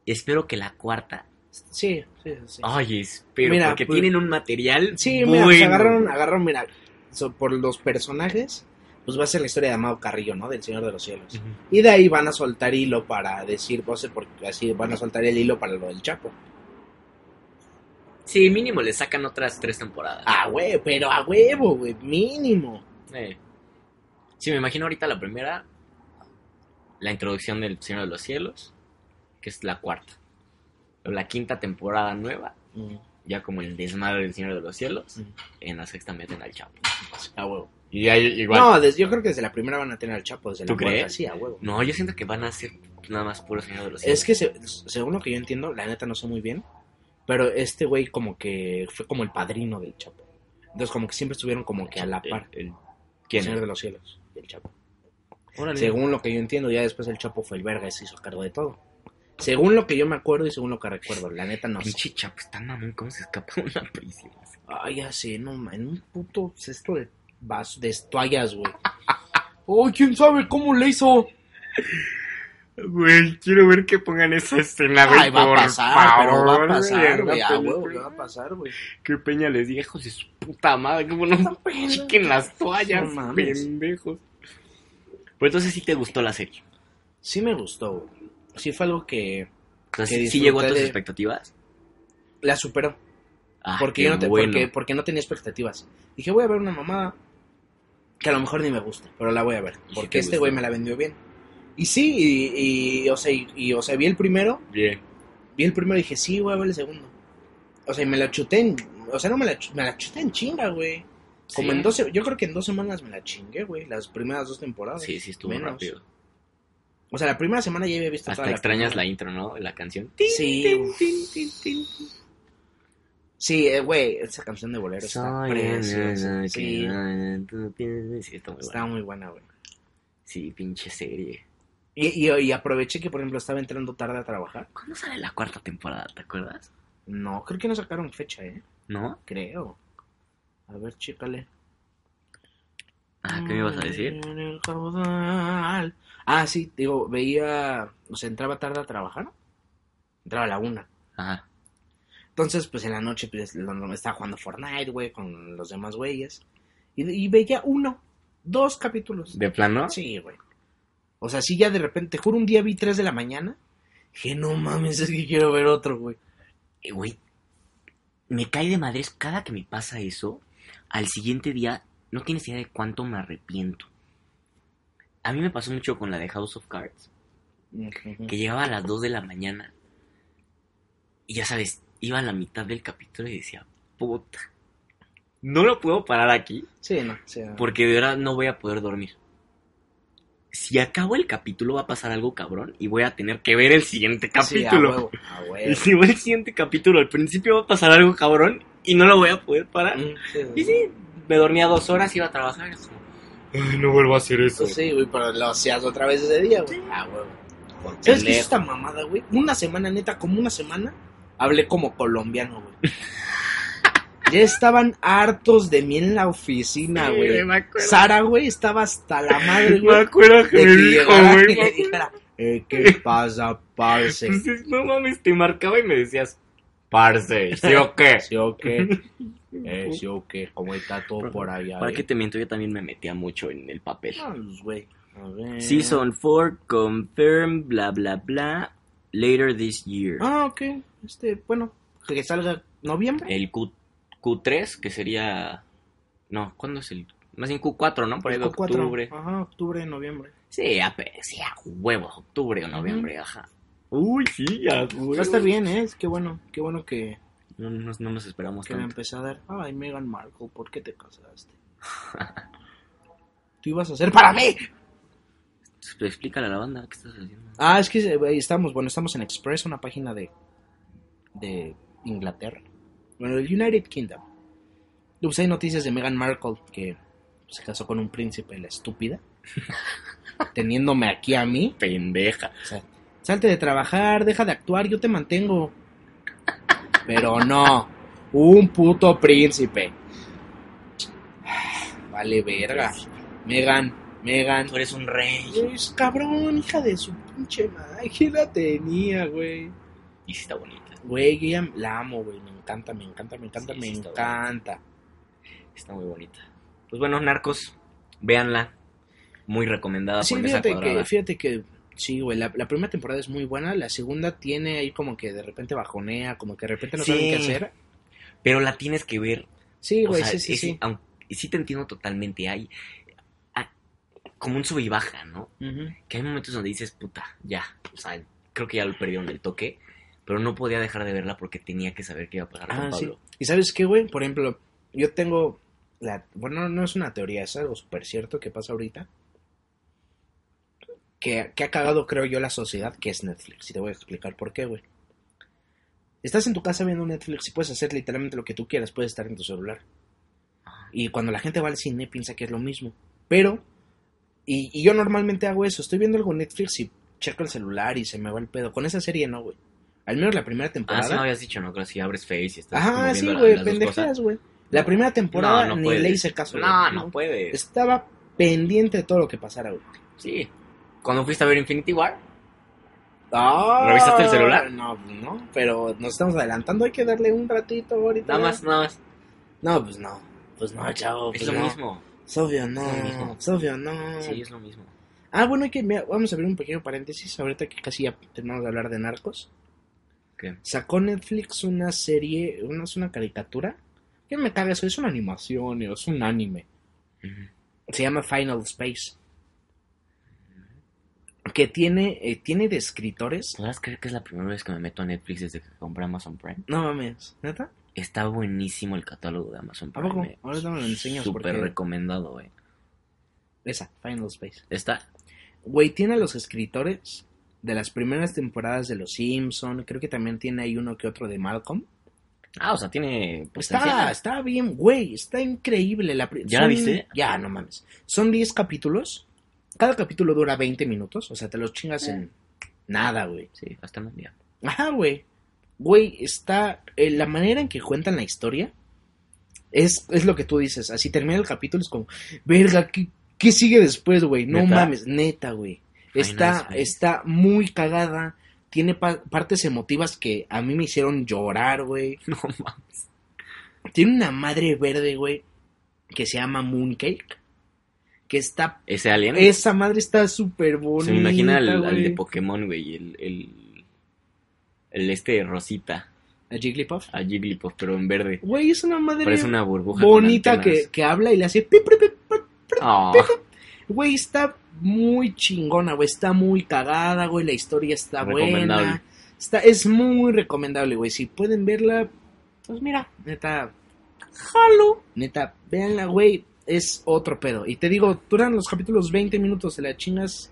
S2: espero que la cuarta.
S1: Sí, sí, sí. sí.
S2: Ay, espero.
S1: Mira,
S2: porque
S1: pues-
S2: tienen un material.
S1: Sí,
S2: bueno.
S1: mira, pues agarraron, agarraron, mira, so- por los personajes, pues va a ser la historia de Amado Carrillo, ¿no? Del Señor de los Cielos.
S2: Ujú.
S1: Y de ahí van a soltar hilo para decir, pues, porque así van a soltar el hilo para lo del Chapo.
S2: Sí, mínimo le sacan otras tres temporadas.
S1: A huevo, pero a huevo, güey, mínimo.
S2: Eh. Sí, me imagino ahorita la primera. La introducción del Señor de los Cielos. Que es la cuarta. La quinta temporada nueva.
S1: Mm,
S2: Ya como el desmadre del Señor de los Cielos.
S1: Ujú.
S2: En la sexta meten al Chapo.
S1: A huevo.
S2: Y ahí igual. No.
S1: No, desde- yo creo que desde la primera van a tener al Chapo, desde la
S2: ¿Tú
S1: cuarta,
S2: crees?
S1: sí, a huevo.
S2: yo siento que van a ser nada más puro Señor de los Cielos.
S1: Es que se- según lo que yo entiendo, la neta no sé muy bien, pero este güey como que fue como el padrino del Chapo. Entonces como que siempre estuvieron como que a la par.
S2: El- el-
S1: El Señor
S2: ¿Quién?
S1: de los Cielos, del Chapo.
S2: Órale.
S1: Según lo que yo entiendo, ya después el Chapo fue el verga y se hizo cargo de todo. Según lo que yo me acuerdo y según lo que recuerdo, la neta no sé.
S2: Pinche chapo, pues, está mamón, ¿cómo se escapa de una prisión?
S1: Ay, ya sé, no, ma- en un puto cesto de vaso, de toallas, güey. Ay, quién sabe cómo le hizo.
S2: Güey, quiero ver que pongan esa escena,
S1: Ay, va a pasar, pero va a pasar, güey. A huevo, que va a pasar, güey.
S2: Que Peña les diga, hijos de su puta madre, cómo no chiquen las toallas,
S1: No mames.
S2: pendejos. Pues entonces sí te gustó la serie.
S1: Sí me gustó, güey. Sí fue algo que Que
S2: O sea, sí, sí
S1: disfruté
S2: llegó a tus
S1: de-
S2: expectativas.
S1: la superó.
S2: Ah,
S1: porque
S2: qué
S1: yo no te-
S2: bueno.
S1: porque, porque no tenía expectativas. Dije, voy a ver una mamada que a lo mejor ni me gusta, pero la voy a ver.
S2: ¿Y si te
S1: Porque este
S2: gustó?
S1: güey me la vendió bien. Y sí, y, y, o sea, y, y, o sea, vi el primero,
S2: Bien.
S1: vi el primero y dije, sí, voy a ver el segundo. O sea, y me la chuté en, o sea, no me la, chu- me la chuté en chinga, güey. Como
S2: Sí.
S1: en dos, se- yo creo que en dos semanas me la chingué, güey, las primeras dos temporadas.
S2: Sí, sí, estuvo
S1: Menos.
S2: rápido.
S1: O sea, la primera semana ya había visto
S2: Hasta
S1: toda la
S2: extrañas la
S1: primera.
S2: intro, ¿no? La canción.
S1: Sí, uf. Sí, eh, güey, esa canción de bolero está
S2: Soy
S1: preciosa.
S2: el-
S1: Sí,
S2: Sí, está muy buena.
S1: está muy buena, güey.
S2: Sí, pinche serie.
S1: Y, y- y aproveché que, por ejemplo, estaba entrando tarde a trabajar.
S2: ¿Cuándo sale la cuarta temporada? ¿Te acuerdas?
S1: No, creo que no sacaron fecha, ¿eh?
S2: ¿No?
S1: Creo. A ver, chécale.
S2: Ah, ¿qué me ibas a decir?
S1: En el caudal. Ah, sí, digo, veía, o sea, entraba tarde a trabajar. Entraba a la una.
S2: Ajá.
S1: Entonces, pues en la noche pues, lo- lo- estaba jugando Fortnite, güey, con los demás güeyes. Y, y veía uno, dos capítulos.
S2: ¿De plano?
S1: Sí, güey. O sea, sí, ya de repente, juro, un día vi tres de la mañana. Dije, no mames, es que quiero ver otro, güey.
S2: Eh, güey, me cae de madres cada que me pasa eso. Al siguiente día, no tienes idea de cuánto me arrepiento. A mí me pasó mucho con la de House of Cards, que llegaba a las 2 de la mañana. Y ya sabes, iba a la mitad del capítulo y decía, puta, no lo puedo parar aquí
S1: Sí, no, o sea,
S2: porque de verdad no voy a poder dormir. Si acabo el capítulo va a pasar algo cabrón y voy a tener que ver el siguiente
S1: sí, a
S2: capítulo.
S1: huevo, a
S2: Y
S1: huevo.
S2: si voy al siguiente capítulo, al principio va a pasar algo cabrón y no lo voy a poder parar.
S1: Mm, sí,
S2: Y sí, me dormía dos horas, iba a trabajar. es como, "Ay, no vuelvo a hacer eso.
S1: Pues sí, güey, pero lo hacías otra vez ese día, güey. Ah, huevo.
S2: Por
S1: ¿Sabes qué es
S2: pendejo.
S1: esta mamada, güey? Una semana, neta, como una semana, hablé como colombiano, güey. Ya estaban hartos de mí en la oficina,
S2: Sí,
S1: güey.
S2: me acuerdo.
S1: Sara, güey, estaba hasta la madre,
S2: Me
S1: güey.
S2: acuerdo
S1: De
S2: que me
S1: que
S2: dijo,
S1: llegara
S2: güey.
S1: y le dijera, eh, ¿qué pasa, parce?
S2: pues, es- no mames, te marcaba y me decías, parce, ¿sí o qué?
S1: ¿Sí o qué? Eh, ¿Sí o qué? ¿Cómo está todo por allá,
S2: Para
S1: eh?
S2: que te miento, yo también me metía mucho en el papel.
S1: Ah, pues, güey. A ver.
S2: Season 4, confirm, bla, bla, bla, later this year.
S1: Ah, ok. Este, bueno, que salga noviembre.
S2: El Q, Q3, que sería... No, ¿cuándo es el...? Más bien Q4, ¿no? Por ahí de
S1: Q4.
S2: octubre.
S1: Ajá, octubre, noviembre.
S2: Sí, a, pe- sí, a huevos, octubre o noviembre, ajá. Uy, sí, a
S1: Va a estar bien, ¿eh? Es que bueno, qué bueno que,
S2: No, no- no nos esperamos
S1: que la
S2: tanto.
S1: empecé a dar. Ay, Meghan Markle, ¿por qué te casaste? Tú ibas a hacer para mí.
S2: Pues, Explícale a la banda qué estás haciendo.
S1: Ah, es que eh, güey, estamos, bueno, estamos en Express, una página de, de Inglaterra. Bueno, el United Kingdom. Y, Pues hay noticias de Meghan Markle que se casó con un príncipe, la estúpida. teniéndome aquí a mí.
S2: Pendeja.
S1: O sea, salte de trabajar, deja de actuar, yo te mantengo. Pero no, un puto príncipe. Vale, verga. Megan, Megan.
S2: Tú eres un rey.
S1: Es Pues, cabrón, hija de su pinche madre. ¿Qué la tenía, güey?
S2: Y sí está bonita.
S1: Güey, yo ya la amo, güey. Me encanta, me encanta, me encanta,
S2: Sí,
S1: me
S2: sí está
S1: encanta.
S2: Está muy bonita. Pues bueno, narcos, véanla. Muy recomendada
S1: Sí,
S2: por Mesa
S1: fíjate que,
S2: Cuadrada.
S1: fíjate que, sí, güey, la, la primera temporada es muy buena, la segunda tiene ahí como que de repente bajonea, como que de repente no
S2: Sí.
S1: saben qué hacer.
S2: Pero la tienes que ver.
S1: Sí,
S2: o
S1: güey,
S2: sea,
S1: sí, sí,
S2: es-
S1: sí.
S2: aun- y sí te entiendo totalmente. Hay ah, como un sub y baja, ¿no?
S1: Ujú.
S2: que hay momentos donde dices, puta, ya, o sea, creo que ya lo perdieron del toque, pero no podía dejar de verla porque tenía que saber qué iba a pasar
S1: Ah,
S2: con
S1: sí.
S2: Pablo.
S1: ¿Y sabes qué, güey? Por ejemplo, yo tengo la... Bueno, no es una teoría, es algo súper cierto que pasa ahorita. Que, que ha cagado, creo yo, la sociedad que es Netflix. Y te voy a explicar por qué, güey. Estás en tu casa viendo Netflix y puedes hacer literalmente lo que tú quieras. Puedes estar en tu celular. Y cuando la gente va al cine piensa que es lo mismo. Pero... Y, y yo normalmente hago eso. Estoy viendo algo en Netflix y checo el celular y se me va el pedo. Con esa serie no, güey. Al menos la primera
S2: Ah,
S1: temporada.
S2: sí me habías dicho, ¿no? Creo que si abres Face y estás como
S1: Ajá, Ah,
S2: viendo
S1: sí,
S2: la-
S1: güey,
S2: las dos cosas.
S1: pendejadas, güey. La primera temporada
S2: No, no
S1: ni
S2: puedes.
S1: le hice caso.
S2: No,
S1: güey.
S2: no puedes.
S1: Estaba pendiente de todo lo que pasara, güey.
S2: Sí. Cuando fuiste a ver Infinity War,
S1: Ah,
S2: ¿Revisaste el celular?
S1: No, pues no, pero nos estamos adelantando, hay que darle un ratito ahorita.
S2: nada más, nada más.
S1: No, pues no. Pues no, chavo.
S2: Es
S1: pues
S2: lo
S1: no.
S2: mismo.
S1: Es obvio, no.
S2: Es lo mismo.
S1: Es obvio, no.
S2: Sí, es lo mismo.
S1: Ah, bueno, hay que, mira, vamos a abrir un pequeño paréntesis ahorita que casi ya terminamos de hablar de narcos.
S2: ¿Qué?
S1: Sacó Netflix una serie, una, es una caricatura. ¿Qué me caga eso? Es una animación, es un anime. se llama Final Space. Que tiene, eh, tiene de escritores.
S2: ¿Podrás creer que es la primera vez que me meto a Netflix desde que compré Amazon Prime?
S1: No mames, ¿neta?
S2: Está buenísimo el catálogo de Amazon
S1: ¿A
S2: Prime.
S1: poco?
S2: eh.
S1: Ahora me lo enseñas
S2: Súper
S1: porque...
S2: recomendado, güey.
S1: Esa, Final Space.
S2: Está.
S1: Güey, tiene a los escritores de las primeras temporadas de Los Simpson. Creo que también tiene ahí uno que otro de Malcolm.
S2: Ah, o sea, tiene.
S1: Está,
S2: potencial.
S1: está bien, güey. Está increíble. La pri-
S2: ¿Ya la viste?
S1: Ya, no mames. Son 10 capítulos. Cada capítulo dura 20 minutos. O sea, te los chingas
S2: Eh.
S1: en nada, güey.
S2: Sí, hasta el día.
S1: Ajá, güey. Güey, está. eh, la manera en que cuentan la historia Es, es lo que tú dices. Así termina el capítulo, es como, verga, ¿qué, qué sigue después, güey? No
S2: ¿Neta?
S1: mames, neta, güey.
S2: Ay,
S1: Está,
S2: nice, güey.
S1: está muy cagada. Tiene pa- partes emotivas que a mí me hicieron llorar, güey.
S2: No mames.
S1: Tiene una madre verde, güey, que se llama Mooncake. Que está.
S2: Ese alien.
S1: Esa madre está súper bonita.
S2: Se me imagina al, al
S1: güey.
S2: de Pokémon, güey. El, el, el este Rosita.
S1: ¿A Jigglypuff?
S2: A Jigglypuff, pero en verde.
S1: Güey, es una madre
S2: Parece una burbuja. con
S1: bonita que,
S2: antenas.
S1: que habla y le hace. pip, pip, pip, pip.
S2: Ah,
S1: Güey, está muy chingona, güey. Está muy cagada, güey. La historia está
S2: Recomendable.
S1: buena. Está, es muy recomendable, güey. Si pueden verla, pues mira, neta, jalo. Neta, véanla, güey. Es otro pedo. Y te digo, duran los capítulos 20 minutos. Se la chingas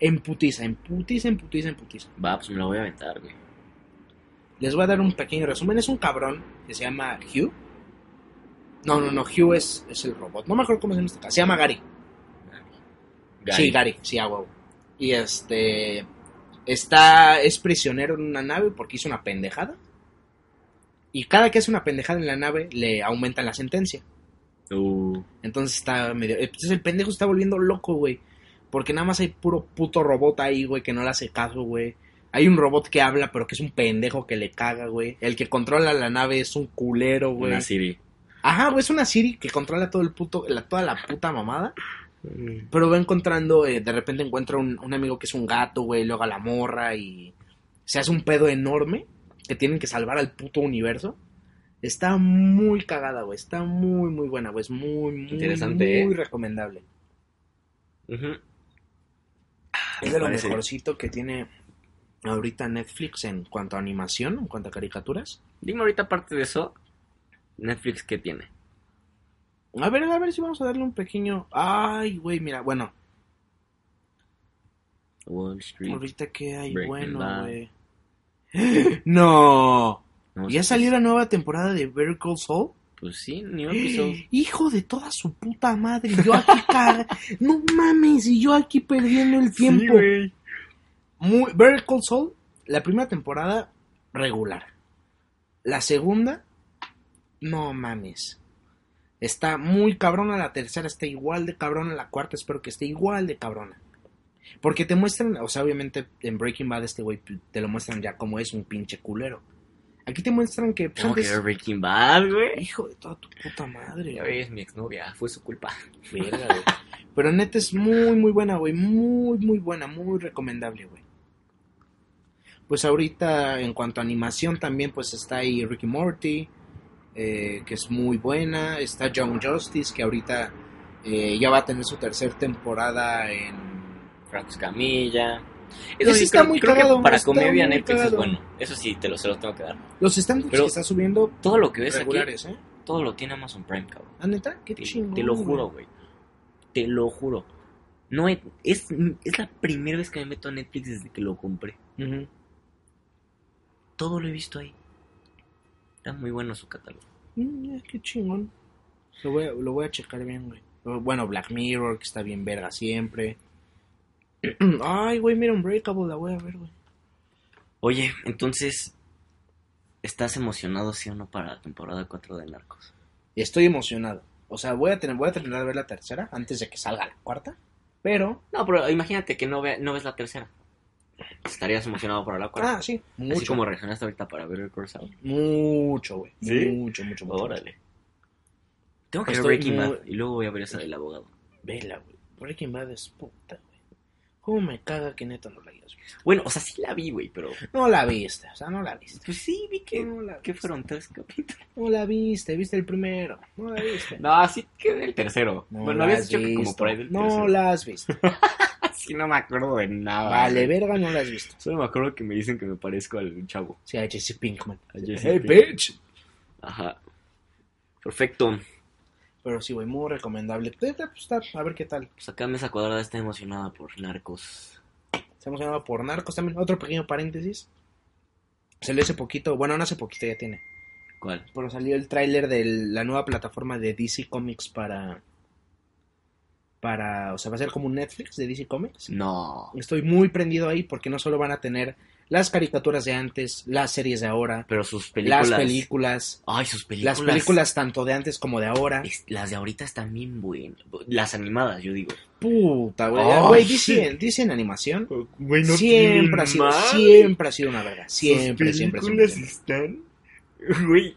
S1: en putiza, en putiza, en putiza, en putiza.
S2: va, pues me lo voy a aventar, güey.
S1: Les voy a dar un pequeño resumen. Es un cabrón que se llama Hugh. No, no, no. Hugh es, es el robot. No me acuerdo cómo se llama este cabrón. Se llama Gary. Sí, Gary, sí, a huevo. Y este. Está. Es prisionero en una nave porque hizo una pendejada. Y cada que hace una pendejada en la nave, le aumentan la sentencia.
S2: Uh,
S1: Entonces está medio. Entonces el pendejo está volviendo loco, güey. Porque nada más hay puro puto robot ahí, güey, que no le hace caso, güey. Hay un robot que habla, pero que es un pendejo que le caga, güey. El que controla la nave es un culero, güey.
S2: una Siri.
S1: Ajá, güey, es una Siri que controla todo el puto, la, toda la puta mamada. Pero va encontrando, eh, de repente encuentra un, un amigo que es un gato, güey, luego a la morra y se hace un pedo enorme que tienen que salvar al puto universo. Está muy cagada, güey, está muy, muy buena, güey, es muy, muy,
S2: Interesante, ¿eh?
S1: muy recomendable.
S2: Ujú.
S1: Es de lo
S2: Parece.
S1: mejorcito que tiene ahorita Netflix en cuanto a animación, en cuanto a caricaturas.
S2: Dime ahorita, aparte de eso, Netflix, ¿qué tiene?
S1: A ver, a ver si vamos a darle un pequeño... Ay, güey, mira, bueno,
S2: Wall Street.
S1: ahorita que hay
S2: Breaking
S1: bueno,
S2: Bad.
S1: güey. ¡No!
S2: No,
S1: ¿Ya salió la nueva temporada de Better Call Saul?
S2: Pues sí, New Episode.
S1: Hijo de toda su puta madre, yo aquí caga- No mames, y yo aquí perdiendo el tiempo. Muy, Better Call Saul, la primera temporada regular. La segunda, no mames. Está muy cabrona, la tercera está igual de cabrona, la cuarta espero que esté igual de cabrona. Porque te muestran, o sea, obviamente en Breaking Bad este güey te lo muestran ya como es un pinche culero. Aquí te muestran que... pues,
S2: ¿Cómo que
S1: antes-
S2: Breaking Bad, güey?
S1: Hijo de toda tu puta madre.
S2: Ya
S1: güey.
S2: ves, mi exnovia, fue su culpa.
S1: Verga, güey. Pero neta es muy, muy buena, güey. Muy, muy buena, muy recomendable, güey. Pues ahorita, en cuanto a animación, también pues está ahí Ricky Morty, eh, que es muy buena. Está Young Justice, que ahorita eh, ya va a tener su tercera temporada en...
S2: Franco Camilla.
S1: Ese
S2: sí
S1: está
S2: creo-
S1: muy
S2: creo que
S1: cagado,
S2: Para
S1: está
S2: comedia
S1: muy
S2: Netflix
S1: cagado.
S2: es bueno. Eso sí, te lo, se lo tengo que dar.
S1: Los standards
S2: Pero-
S1: que está subiendo
S2: Todo lo que ves aquí,
S1: regulares, ¿eh?
S2: todo lo tiene Amazon Prime, cabrón.
S1: ¿Ah, neta? Qué
S2: Te,
S1: chingón.
S2: te lo
S1: güey.
S2: juro, güey. Te lo juro. No he- es, es la primera vez que me meto a Netflix desde que lo compré.
S1: Ujú.
S2: Todo lo he visto ahí. Está muy bueno su catálogo.
S1: Mm, eh, qué chingón. Lo voy, a, lo voy a checar bien, güey. Bueno, Black Mirror, que está bien verga siempre. Ay, güey, mira Unbreakable, la voy a ver, güey.
S2: Oye, entonces, ¿estás emocionado, sí o no, para la temporada 4 de Narcos?
S1: Estoy emocionado. O sea, voy a tener, voy a terminar de ver la tercera antes de que salga la cuarta. Pero,
S2: No, pero imagínate que no, ve- no ves la tercera. Estarías emocionado para la cuarta.
S1: ah, sí,
S2: Así
S1: mucho,
S2: como reaccionaste ahorita para ver el Crossout.
S1: mucho, güey.
S2: ¿Sí?
S1: Mucho, mucho, mucho.
S2: Órale. Tengo que ver
S1: Estoy
S2: Breaking
S1: muy-
S2: Bad y luego voy a ver esa del abogado.
S1: mucho. Vela, güey. Breaking Bad es puta, güey. ¿Cómo me caga que neta no la hayas visto?
S2: Bueno, o sea, sí la vi, güey, pero...
S1: No la viste, o sea, no la viste.
S2: Pues sí, vi que...
S1: No la,
S2: ¿Qué fueron? ¿Tres capítulos?
S1: no la viste, viste el primero. No la viste.
S2: No, así que el tercero.
S1: No
S2: bueno,
S1: la
S2: habías
S1: has
S2: dicho que como
S1: visto.
S2: por ahí del
S1: No
S2: tercero.
S1: la has visto.
S2: Así no me acuerdo de nada.
S1: Vale, verga, no la has visto.
S2: Solo me acuerdo que me dicen que me parezco al chavo.
S1: Sí, a Jesse Pinkman.
S2: A Jesse
S1: hey,
S2: Pinkman.
S1: bitch.
S2: Ajá. Perfecto.
S1: Pero sí, güey, muy recomendable. Neta, pues, está, a ver qué tal.
S2: Pues acá Mesa Cuadrada está emocionada por Narcos.
S1: Se emocionaba por Narcos también. Otro pequeño paréntesis. Salió hace poquito, bueno, no hace poquito ya tiene.
S2: ¿Cuál?
S1: Pero salió el tráiler de la nueva plataforma de DC Comics para... Para, o sea, va a ser como un Netflix de DC Comics.
S2: No. Mm.
S1: Estoy muy prendido ahí porque no solo van a tener las caricaturas de antes, las series de ahora,
S2: Pero sus películas.
S1: las películas,
S2: Ay, sus películas.
S1: las películas tanto de antes como de ahora.
S2: es- las de ahorita están bien buenas. Las animadas, yo digo.
S1: Puta, güey.
S2: Ay,
S1: Güey,
S2: sí.
S1: dicen, dicen animación.
S2: Bueno,
S1: siempre ha sido, siempre ha sido una verga. Siempre, siempre, siempre. siempre.
S2: están. Güey.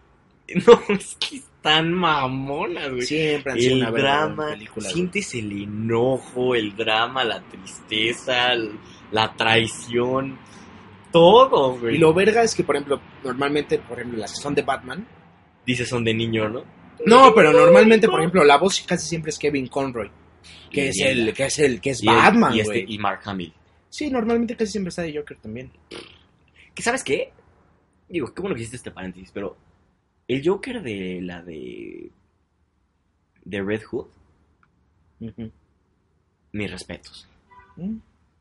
S2: No, es que están mamonas, Ah, güey.
S1: Siempre han sido
S2: el
S1: una verga. güey,
S2: drama,
S1: películas, güey.
S2: sientes el enojo, el drama, la tristeza, el- la traición, todo, güey.
S1: Y lo verga es que, por ejemplo, normalmente, por ejemplo, las que son de Batman.
S2: Dices son de niño, ¿no?
S1: No, pero normalmente, por ejemplo, la voz casi siempre es Kevin Conroy, que es
S2: Y-
S1: el, que es el, que es
S2: y el-
S1: Batman,
S2: y,
S1: güey.
S2: este, y Mark Hamill.
S1: Sí, normalmente casi siempre está de Joker también.
S2: ¿Que sabes qué? Digo, qué bueno que hiciste este paréntesis, pero el Joker de la de de Red Hood,
S1: Ujú.
S2: mis respetos.
S1: Mm,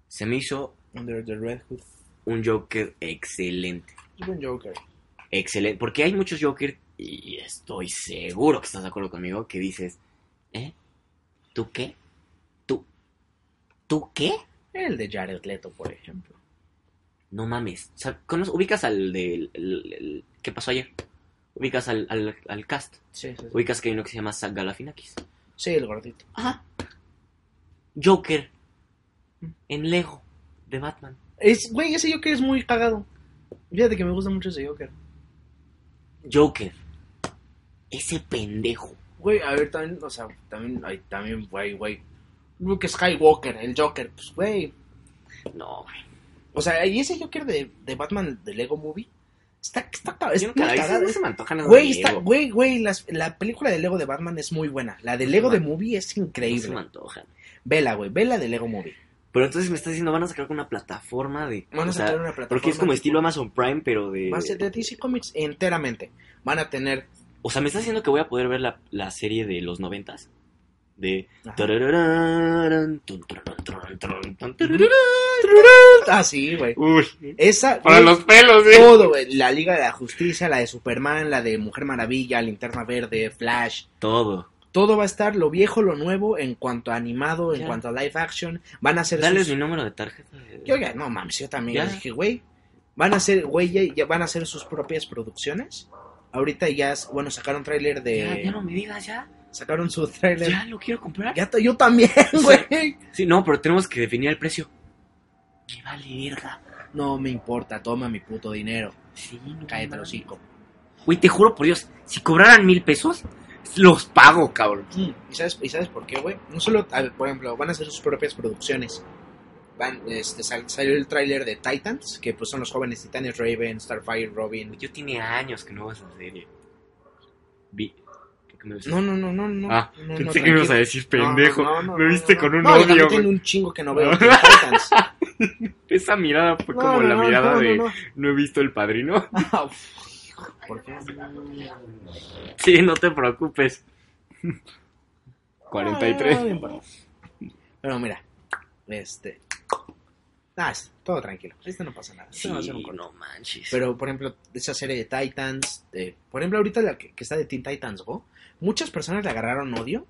S2: Se me hizo
S1: Under the Red Hood.
S2: un Joker excelente.
S1: Es buen Joker.
S2: Excelente, porque hay muchos Joker, y estoy seguro que estás de acuerdo conmigo, que dices, ¿eh? ¿Tú qué? ¿Tú? ¿Tú qué?
S1: El de Jared Leto, por ejemplo.
S2: No mames. O sea, ¿conoces- ubicas al del... el- el- ¿Qué pasó ayer? Ubicas al, al, al cast.
S1: Sí, sí, sí.
S2: Ubicas que hay uno que se llama Zach Galafinakis.
S1: Sí, el gordito.
S2: Ajá. Joker. En Lego. De Batman.
S1: Es, güey, ese Joker es muy cagado. Fíjate que me gusta mucho ese Joker.
S2: Joker. Ese pendejo.
S1: Güey, a ver, también, o sea, también, ay, también, güey, güey. Luke Skywalker, el Joker, pues, güey.
S2: No, güey.
S1: O sea, y ese Joker de, de Batman de Lego Movie está, está, ca- está
S2: Yo nunca la
S1: muy
S2: vi,
S1: cagado.
S2: no se me antoja nada
S1: Güey,
S2: de
S1: está,
S2: Lego.
S1: güey, güey, las- la película de Lego de Batman es muy buena. La de Lego de Movie es
S2: No se me
S1: increíble.
S2: antoja.
S1: Vela, güey, vela de Lego Movie.
S2: Pero entonces me estás diciendo, van a sacar una plataforma de...
S1: Van a
S2: o sea,
S1: sacar una plataforma.
S2: Porque es como estilo Amazon Prime, pero de...
S1: Va a ser de DC Comics enteramente. Van a tener.
S2: O sea, me estás diciendo que voy a poder ver la, la serie de los noventas. De...
S1: Ajá.
S2: Tarararán, tun, tararán, tararán, tararán, tan, tararán.
S1: Ah, sí, güey.
S2: Uy,
S1: Esa.
S2: para
S1: güey,
S2: los pelos, eh. güey.
S1: Todo, güey. La Liga de la Justicia, la de Superman, la de Mujer Maravilla, Linterna Verde, Flash.
S2: Todo.
S1: Todo va a estar lo viejo, lo nuevo, en cuanto a animado, en
S2: Ya.
S1: cuanto a live action. Van a ser
S2: Dales
S1: sus-
S2: mi número de tarjeta. de-
S1: Yo ya, no mames, yo también
S2: Ya.
S1: les dije, güey, van a hacer, güey, ya, ya van a hacer sus propias producciones. Ahorita ya, s- bueno, sacaron tráiler de,
S2: Ya, ya no me digas, ya.
S1: sacaron su tráiler.
S2: Ya lo quiero comprar.
S1: Ya t- yo también, güey.
S2: Sí, no, pero tenemos que definir el precio. Me vale verga.
S1: No me importa, toma mi puto dinero.
S2: Sí, no
S1: Cállate el
S2: mames.
S1: hocico.
S2: Güey, te juro por Dios, si cobraran mil pesos, los pago, cabrón.
S1: Mm, ¿Y sabes, ¿Y sabes por qué, güey? No solo, a ver, por ejemplo, van a hacer sus propias producciones. Van, este, sal- salió el tráiler de Titans, que pues son los jóvenes titanes, Raven, Starfire, Robin.
S2: Yo tiene años que no veo esa serie. Vi. ¿Qué me ves?
S1: No, no, no, no, no.
S2: Ah,
S1: no, no,
S2: Pensé que me ibas a
S1: tranquilo.
S2: decir pendejo.
S1: No, no, no,
S2: me
S1: no,
S2: viste
S1: no,
S2: con
S1: no.
S2: un
S1: No, yo
S2: odio,
S1: también
S2: güey.
S1: tengo un chingo que no veo Teen Titans.
S2: Esa mirada fue como
S1: No, no,
S2: la
S1: no,
S2: mirada
S1: no,
S2: de
S1: no,
S2: no.
S1: no.
S2: he visto el padrino.
S1: Ah, uf, hijo, ¿Por qué?
S2: sí, no te preocupes.
S1: Ah,
S2: 43.
S1: no importa. Pero mira, este. Ah, es- todo tranquilo. Esto no pasa nada. Esto
S2: Sí,
S1: no va a ser un corte.
S2: no manches.
S1: Pero, por ejemplo, esa serie de Titans. eh, por ejemplo, ahorita la que, que está de Teen Titans Go. Muchas personas le agarraron odio.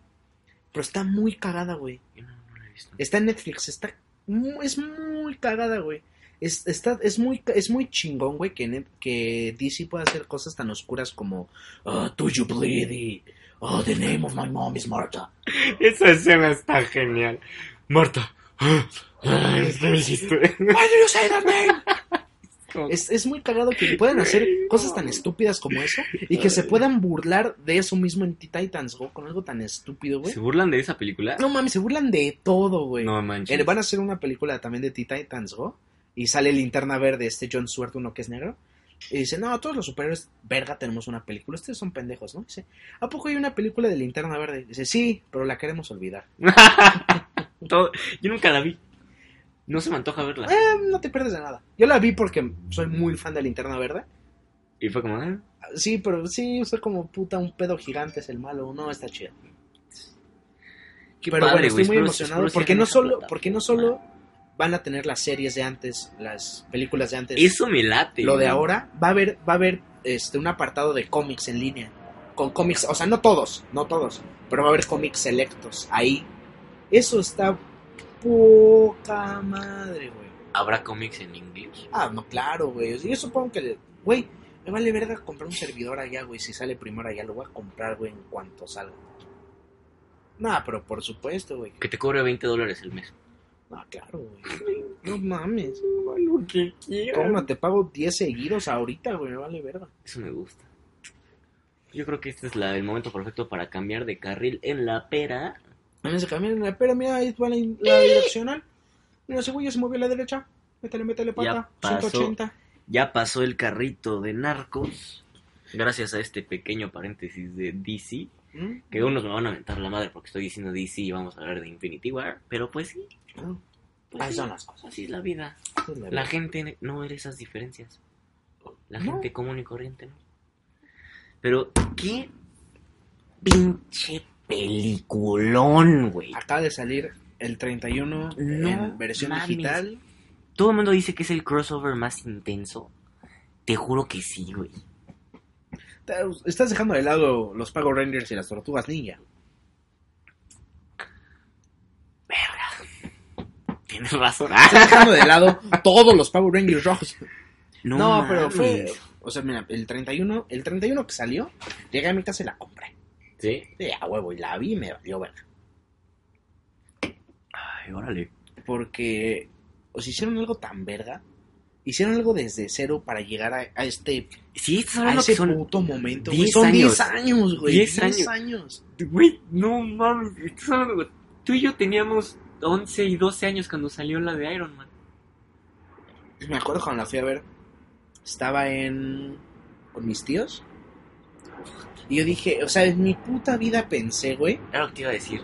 S1: Pero está muy cagada, güey.
S2: Yo no, no la he visto.
S1: Está en Netflix, está mu- es muy cagada, güey. Es, está, es, muy, es muy chingón, güey, que, net- que DC pueda hacer cosas tan oscuras como "Ah, Do you bleed? y, Oh, the name of my mom is Martha.
S2: Esa escena está genial. Marta. Ay, ¿qué me hiciste?
S1: Why do you say that name?
S2: Como-
S1: Es, es muy cagado que puedan hacer cosas tan estúpidas como eso y que se puedan burlar de eso mismo en Teen Titans Go con algo tan estúpido, güey.
S2: ¿Se burlan de esa película?
S1: No mames, se burlan de todo, güey.
S2: No manches.
S1: Eh, Van a hacer una película también de Teen Titans Go. Y sale Linterna Verde, este John Stewart, uno que es negro. Y dice, no, todos los superhéroes, verga, tenemos una película. Ustedes son pendejos, ¿no? Dice, ¿a poco hay una película de Linterna Verde? Dice, sí, pero la queremos olvidar.
S2: Todo- Yo nunca la vi. No se me antoja verla.
S1: Eh, no te pierdes de nada. Yo la vi porque soy muy fan de Linterna Verde.
S2: Y fue como, ah,
S1: Sí, pero sí, soy como puta, un pedo gigante es el malo. No, está chido.
S2: qué
S1: pero
S2: padre,
S1: bueno, estoy
S2: güey,
S1: muy
S2: espero-
S1: emocionado
S2: espero
S1: porque
S2: sigan
S1: no,
S2: esa
S1: solo,
S2: plataforma.
S1: porque no solo van a tener las series de antes, las películas de antes.
S2: Eso me late.
S1: lo de
S2: güey.
S1: ahora va a haber va a haber este un apartado de cómics en línea con cómics o sea no todos no todos pero va a haber cómics selectos ahí eso está poca madre güey
S2: ¿Habrá cómics en inglés?
S1: Ah, no, claro, güey. O sea, yo supongo que, güey, me vale verga comprar un servidor allá, güey. Si sale primero allá, lo voy a comprar, güey, en cuanto salga. No, pero por supuesto, güey.
S2: Que te cobre 20 dólares el mes.
S1: No, claro, güey. No mames. Toma, te pago 10 seguidos ahorita, güey. Me vale verga.
S2: Eso me gusta. Yo creo que este es la- el momento perfecto para cambiar de carril en la pera.
S1: En ese camino, pero mira, ahí va la, la direccional. Mira, ese güey ya se movió a la derecha. Métele, métele pata.
S2: pasó.
S1: 180.
S2: Ya pasó el carrito de narcos. Gracias a este pequeño paréntesis de DC.
S1: ¿Mm?
S2: Que unos me van a mentar la madre porque estoy diciendo DC y vamos a hablar de Infinity War. Pero pues sí.
S1: Ah,
S2: pues
S1: Ahí
S2: sí,
S1: son las cosas.
S2: Así es la vida. La gente no ve esas diferencias. La
S1: No.
S2: gente común y corriente no. Pero qué pinche peliculón, güey.
S1: Acaba de salir el 31
S2: No
S1: en versión
S2: mames.
S1: digital.
S2: Todo el mundo dice que es el crossover más intenso. Te juro que sí, güey.
S1: Te- Estás dejando de lado los Pago Rangers y las Tortugas Ninja.
S2: Tienes razón.
S1: Estás dejando de lado todos los Power Rangers rojos.
S2: No,
S1: No, pero
S2: mames.
S1: fue... O sea, mira, el 31, el 31 que salió, llegué a mi casa y la compré.
S2: ¿Sí?
S1: Sí, a huevo, y la vi y me valió verga.
S2: Ay, órale.
S1: porque os hicieron algo tan verga, hicieron algo desde cero para llegar a, a este
S2: Sí, estás
S1: a
S2: hablando que
S1: ese
S2: son...
S1: puto momento.
S2: 10
S1: güey. Son
S2: años.
S1: 10 años, güey.
S2: 10
S1: 10 años.
S2: Güey, no mames. Estás hablando que Tú y yo teníamos 11 y 12 años cuando salió la de Iron Man.
S1: Me acuerdo cuando la fui a ver, estaba en con mis tíos. Y yo dije, o sea, en mi puta vida pensé, güey.
S2: Era lo que te iba a decir.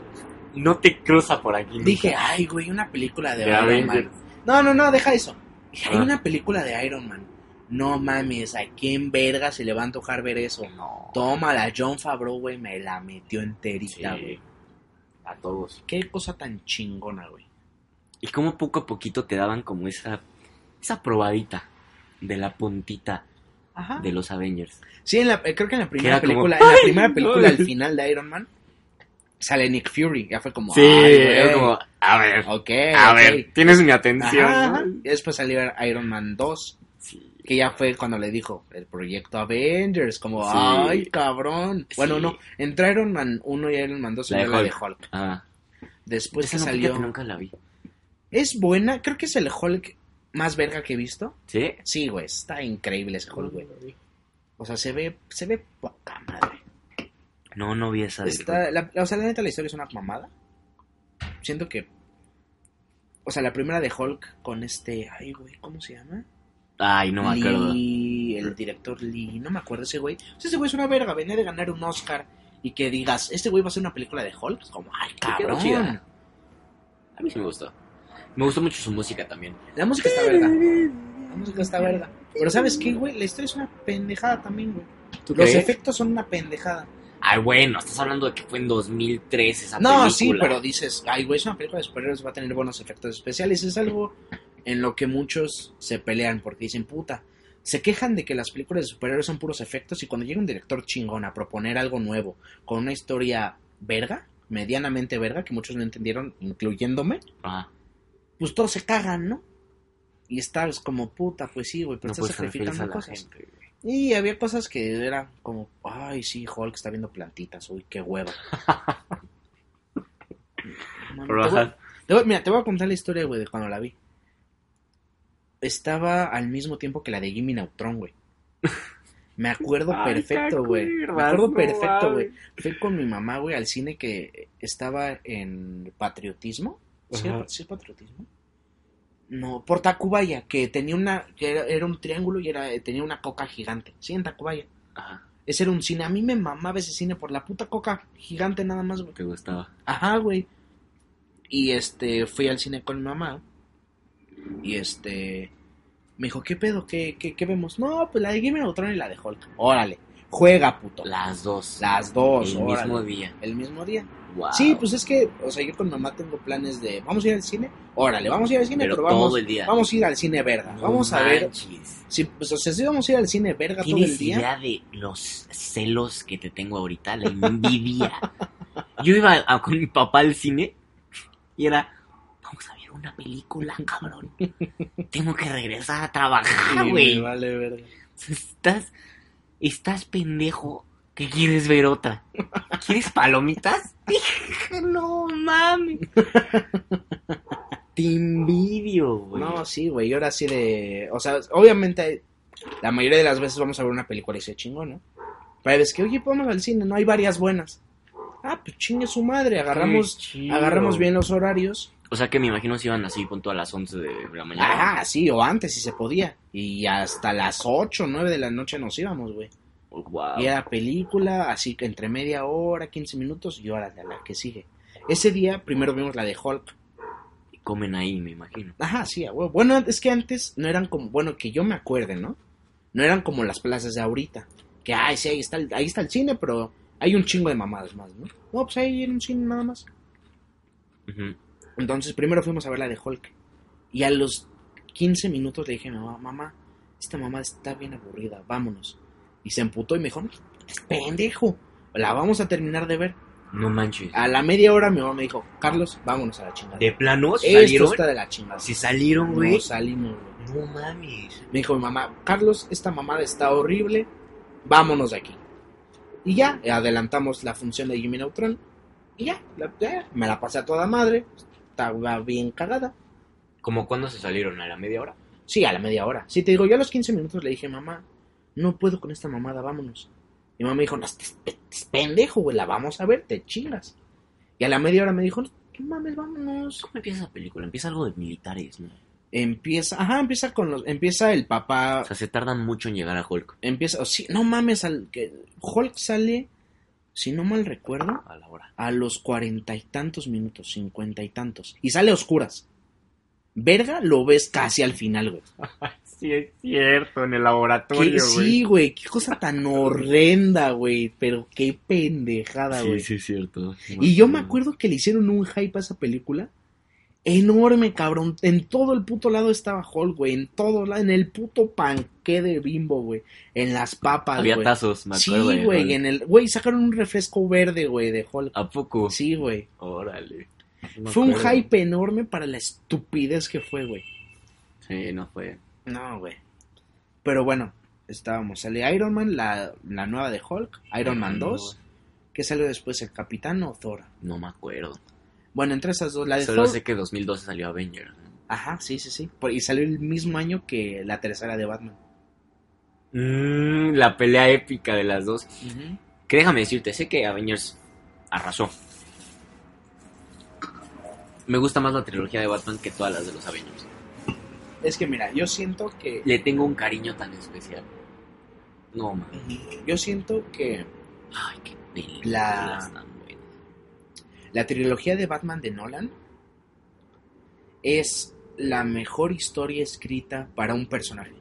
S2: No te cruza por aquí.
S1: Dije, ay, güey, una película de
S2: De
S1: Iron
S2: Avengers.
S1: Man. No, no, no, deja eso. Dije, hay
S2: Ah.
S1: una película de Iron Man. No mames, ¿a quién verga se le va a antojar ver eso?
S2: No.
S1: Tómala, John Favreau, güey, me la metió enterita, güey.
S2: A todos.
S1: Qué cosa tan chingona, güey.
S2: Y como poco a poquito te daban como esa, esa probadita de la puntita
S1: Ajá.
S2: de los Avengers.
S1: Sí, en la- eh, creo que en la primera
S2: era como,
S1: película, en la
S2: ¡ay,
S1: primera película,
S2: no!
S1: al final de Iron Man, sale Nick Fury. Ya fue como,
S2: Sí,
S1: "Ay, güey,
S2: es como, a ver,
S1: ok,
S2: a
S1: ok".
S2: ver, tienes mi
S1: Ajá,
S2: atención.
S1: ajá.
S2: ¿no?
S1: Y Después salió Iron Man 2,
S2: Sí.
S1: que ya fue cuando le dijo el proyecto Avengers, como,
S2: Sí.
S1: ay, cabrón. Bueno,
S2: Sí.
S1: no, entre Iron Man 1 y Iron Man 2
S2: La
S1: salió
S2: de
S1: la de Hulk.
S2: Ah,
S1: Después Pues
S2: esa
S1: que
S2: no,
S1: salió...
S2: fíjate, nunca la vi.
S1: Es buena, creo que es el Hulk más verga que he visto.
S2: ¿Sí?
S1: Sí, güey, está increíble ese Hulk, güey. O sea, se ve, se ve poca madre.
S2: No, no vi esa. del
S1: Está, la, la- o sea, la neta, la historia es una mamada. Siento que. O sea, la primera de Hulk con este. Ay, güey, ¿cómo se llama?
S2: Ay, no me acuerdo.
S1: Lee, el director Lee. No me acuerdo ese güey. O sea, ese güey es una verga. Venía de ganar un Oscar. Y que digas, este güey va a hacer una película de Hulk. Como, ay,
S2: quedó
S1: cabrón.
S2: chida. A mí sí me gustó. Me gustó mucho su música también.
S1: La música está verga. La música está verga. Pero ¿sabes qué, güey? La historia es una pendejada también, güey.
S2: ¿Tú
S1: Los
S2: crees?
S1: efectos son una pendejada.
S2: Ay, bueno, estás hablando de que fue en 2003 esa película.
S1: No, sí, pero dices, ay, güey, es una película de superhéroes, va a tener buenos efectos especiales. Es algo en lo que muchos se pelean porque dicen, puta, se quejan de que las películas de superhéroes son puros efectos y cuando llega un director chingón a proponer algo nuevo con una historia verga, medianamente verga, que muchos no entendieron, incluyéndome,
S2: Ajá.
S1: pues todos se cagan, ¿no? Y estás como, puta, pues sí, güey, pero
S2: No
S1: estás
S2: puedes referirse a
S1: sacrificando
S2: la
S1: cosas.
S2: gente. güey.
S1: Y había cosas que eran como, ay, sí, Hulk está viendo plantitas, uy, qué hueva. Mami,
S2: Pero,
S1: te voy-
S2: ajá,
S1: te voy- mira, te voy a contar la historia, güey, de cuando la vi. Estaba al mismo tiempo que la de Jimmy Neutron, güey. Me acuerdo
S2: Ay,
S1: perfecto,
S2: te
S1: güey. Me
S2: acuerdas,
S1: acuerdo
S2: no
S1: perfecto, güey.
S2: mames.
S1: Fui con mi mamá, güey, al cine que estaba en Patriotismo. ¿Sí,
S2: Ajá.
S1: era- sí es Patriotismo? No, por Tacubaya, que tenía una, que era, era un triángulo y era, tenía una coca gigante. Sí, en Tacubaya.
S2: Ajá,
S1: Ese era un cine. A mí me mamaba ese cine por la puta coca gigante nada más, güey.
S2: te gustaba.
S1: Ajá, güey. Y este, fui al cine con mi mamá. Y este, me dijo, ¿qué pedo? ¿Qué, qué, qué vemos? No, pues la de Game of Thrones y la de Hulk. Órale, juega, puto.
S2: Las dos.
S1: Las dos,
S2: El
S1: órale.
S2: mismo día.
S1: El mismo día.
S2: Wow.
S1: Sí, pues es que, o sea, yo con mamá tengo planes de, vamos a ir al cine. Órale, vamos a ir al cine,
S2: Pero
S1: pero,
S2: todo
S1: vamos,
S2: el día.
S1: vamos a ir al cine verga.
S2: No
S1: vamos a ver.
S2: manches.
S1: Sí, pues, o sea, sí vamos a ir al cine verga todo el
S2: ¿Tienes
S1: día.
S2: idea de los celos que te tengo ahorita? La envidia. Yo iba a- con mi papá al cine y era, vamos a ver una película, cabrón. Tengo que regresar a trabajar,
S1: Y
S2: güey.
S1: me vale verga.
S2: Estás, estás pendejo que quieres ver otra. ¿Quieres palomitas? no mames. Te envidio, güey.
S1: No, sí, güey. Y ahora sí de. O sea, obviamente, la mayoría de las veces vamos a ver una película y se chingó, ¿no? Pero es que, oye, vamos al cine, ¿no? Hay varias buenas. Ah, pues chingue su madre. Agarramos,
S2: Qué chido.
S1: agarramos bien los horarios.
S2: O sea que me imagino si iban así, punto a las 11 de la mañana.
S1: Ah, sí, o antes si se podía. Y hasta las 8, 9 de la noche nos íbamos, güey.
S2: Wow.
S1: Y era película, así que entre media hora, 15 minutos y hora de la que sigue. Ese día primero vimos la de Hulk.
S2: Comen ahí, me imagino.
S1: Ajá, sí, a huevo. Bueno, es que antes no eran como, bueno, que yo me acuerde, ¿no? No eran como las plazas de ahorita. Que, ay, sí, ahí está, el- ahí está el cine, pero hay un chingo de mamadas más, ¿no? No, pues ahí era un cine nada más.
S2: Ujú.
S1: Entonces primero fuimos a ver la de Hulk. Y a los 15 minutos le dije a mi mamá, mamá, esta mamá está bien aburrida, vámonos. Y se emputó y me dijo, no, es pendejo, la vamos a terminar de ver.
S2: No manches.
S1: A la media hora mi mamá me dijo, Carlos, vámonos a la chingada.
S2: ¿De plano
S1: Esto
S2: salieron?
S1: está de la chingada.
S2: Si salieron, güey.
S1: No salimos, güey.
S2: No mames.
S1: Me dijo mi mamá, Carlos, esta mamada está horrible, vámonos de aquí. Y ya, adelantamos la función de Jimmy Neutron. Y ya, la- ya, me la pasé a toda madre, estaba bien cagada.
S2: ¿Cómo cuándo se salieron? ¿A la media hora?
S1: Sí, a la media hora. Sí, te digo, yo a los 15 minutos le dije, mamá, no puedo con esta mamada, vámonos. Mi mamá me dijo, no, estés pe- estés pendejo, güey, la vamos a ver, te chingas. Y a la media hora me dijo, no no mames, vámonos.
S2: ¿Cómo empieza la película? Empieza algo de militares, ¿no?
S1: Empieza, ajá, empieza con los, empieza el papá,
S2: O sea, se tardan mucho en llegar a Hulk.
S1: empieza, oh, sí, no mames, al, que Hulk sale, si no mal recuerdo,
S2: A la hora.
S1: a los cuarenta y tantos minutos, cincuenta y tantos, y sale a oscuras. Verga, lo ves casi al final, güey.
S2: Sí, es cierto, en el
S1: Qué-
S2: laboratorio,
S1: sí, güey, qué cosa tan horrenda, güey, pero qué pendejada, güey.
S2: es cierto.
S1: Y yo me acuerdo que le hicieron un hype a esa película. Enorme, cabrón. En todo el puto lado estaba Hulk, güey. En todo lado. En el puto panqué de bimbo, güey. En las papas,
S2: Había
S1: güey.
S2: tazos, me
S1: Sí,
S2: acuerdo. de
S1: güey,
S2: Hulk. Ah,
S1: en el... Güey, sacaron un refresco verde, güey, de Hulk.
S2: ¿A poco?
S1: Sí, güey.
S2: Órale. No me
S1: fue un
S2: acuerdo.
S1: hype enorme para la estupidez que fue, güey.
S2: Sí, no fue.
S1: No, güey. Pero bueno, estábamos. Sale Iron Man, la, la nueva de Hulk. Iron Man 2. Que salió después el Capitán o Thor.
S2: No me acuerdo.
S1: Bueno, entre esas dos, la de
S2: Solo
S1: Thor...
S2: sé que 2012 salió Avengers. ¿no?
S1: Ajá, sí, sí, sí. Por- y salió el mismo año que la tercera de Batman.
S2: Mm, la pelea épica de las dos. Que déjame decirte, sé que Avengers arrasó. Me gusta más la trilogía de Batman que todas las de los Avengers.
S1: Es que mira, yo siento que.
S2: Le tengo un cariño tan especial. No, man.
S1: Yo siento que
S2: Ay, qué películas
S1: La-
S2: tan buenas.
S1: la trilogía de Batman de Nolan es la mejor historia escrita para un personaje.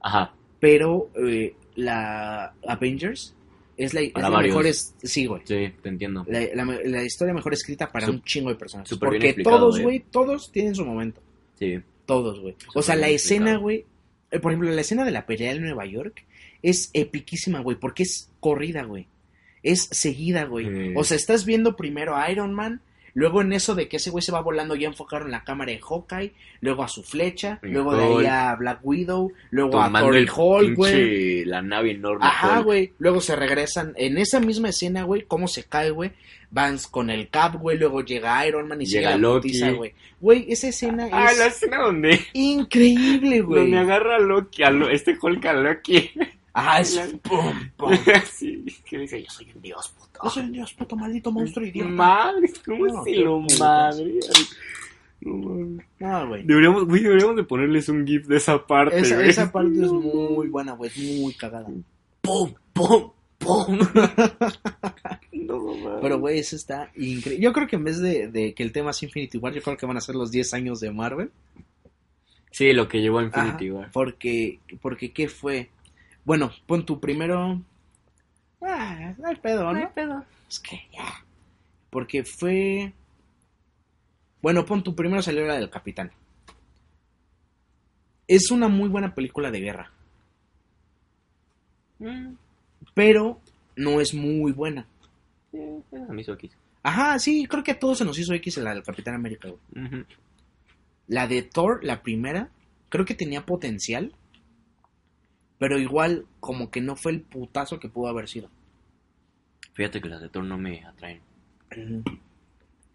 S2: Ajá.
S1: Pero eh, la Avengers es la, es
S2: Para
S1: la
S2: varios.
S1: mejor. es- sí, güey.
S2: Sí, te entiendo.
S1: La, la me- la historia mejor escrita para
S2: Sup-
S1: un chingo de personajes.
S2: súper bien
S1: Porque
S2: explicado,
S1: todos,
S2: eh.
S1: güey, todos tienen su momento.
S2: Sí.
S1: Todos, güey. O sea, la
S2: bien
S1: escena,
S2: explicado.
S1: güey. eh, Por ejemplo, la escena de la pelea de Nueva York es epiquísima, güey, porque es corrida, güey. Es seguida, güey.
S2: Mm.
S1: O sea, estás viendo primero a Iron Man, luego en eso de que ese güey se va volando, ya enfocaron la cámara en Hawkeye, luego a su flecha,
S2: En
S1: luego de ahí
S2: Hulk.
S1: a Black Widow, luego a
S2: Tomando
S1: Thor y
S2: el
S1: Hulk, güey.
S2: pinche- La nave enorme.
S1: Ajá,
S2: Hulk.
S1: güey. Luego se regresan. En esa misma escena, güey, cómo se cae, güey. Vans con el Cap, güey. Luego llega Iron Man y
S2: Llega
S1: se la
S2: Loki.
S1: putiza, güey. Güey, esa escena
S2: Ah,
S1: es.
S2: la escena donde,
S1: Increíble, güey.
S2: donde agarra a Loki, a Lo- este Hulk a Loki.
S1: Ah, es
S2: la-
S1: pum, pum.
S2: sí, que dice, yo soy un dios, puto.
S1: Yo soy un dios, puto maldito monstruo idiota.
S2: Madre, ¿cómo
S1: No,
S2: se
S1: qué
S2: lo
S1: putas.
S2: madre? No mames.
S1: No, güey.
S2: Deberíamos, güey, deberíamos de ponerles un GIF de esa parte,
S1: Esa,
S2: güey.
S1: esa parte es
S2: No,
S1: muy buena, güey. Es muy cagada.
S2: ¡Pum, pum, pum! no, mames.
S1: Pero, güey, eso está increíble. Yo creo que en vez de, de que el tema es Infinity War, yo creo que van a ser los 10 años de Marvel.
S2: Sí, lo que llevó a
S1: Ajá,
S2: Infinity War.
S1: Porque, porque, ¿qué fue? Bueno, pon tu primero. Ah, no hay pedo, ¿no? Es que ya. Porque fue. Bueno, pon tu primero salió la del Capitán. Es una muy buena película de guerra.
S2: Mm,
S1: pero no es muy buena.
S2: Ah, sí, A mí se lo quiso.
S1: Ajá, sí, creo que a todos se nos hizo X la del Capitán América, güey.
S2: Ujú.
S1: La de Thor, la primera, creo que tenía potencial. Pero igual, como que no fue el putazo que pudo haber sido.
S2: Fíjate que las de Thor no me atraen.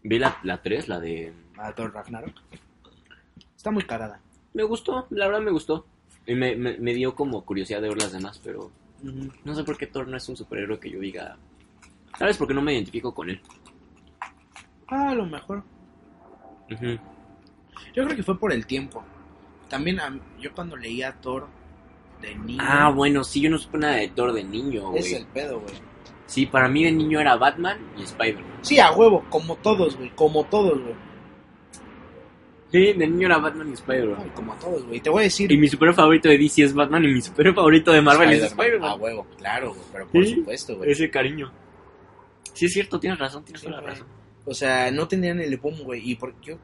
S2: Vi la, la 3, la de...
S1: A Thor Ragnarok. Está muy carada.
S2: Me gustó, la verdad me gustó. Y me, me- me dio como curiosidad de ver las demás, pero no sé por qué Thor no es un superhéroe que yo diga... Tal vez porque no me identifico con él.
S1: Ah, a lo mejor.
S2: Ujú.
S1: Yo creo que fue por el tiempo. También a- yo cuando leía a Thor de niño.
S2: Ah, bueno, sí, yo no supe nada de Thor de niño,
S1: es
S2: güey.
S1: el pedo, güey.
S2: Sí, para mí de niño era Batman y Spider-Man.
S1: Sí, a huevo, como todos, güey. Como todos, güey.
S2: Sí, de niño era Batman y Spider-Man.
S1: Ay, Como todos, güey. Te voy a decir.
S2: Y mi superhéroe favorito de DC es Batman y mi superhéroe favorito de Marvel es
S1: A
S2: Spider-Man. Ah,
S1: huevo, claro, güey. Pero por
S2: Sí,
S1: supuesto, güey.
S2: Ese cariño. Sí, es cierto, tienes razón, tienes
S1: Sí,
S2: toda la
S1: güey.
S2: razón.
S1: O sea, no tendrían el boom, güey. Y por yo,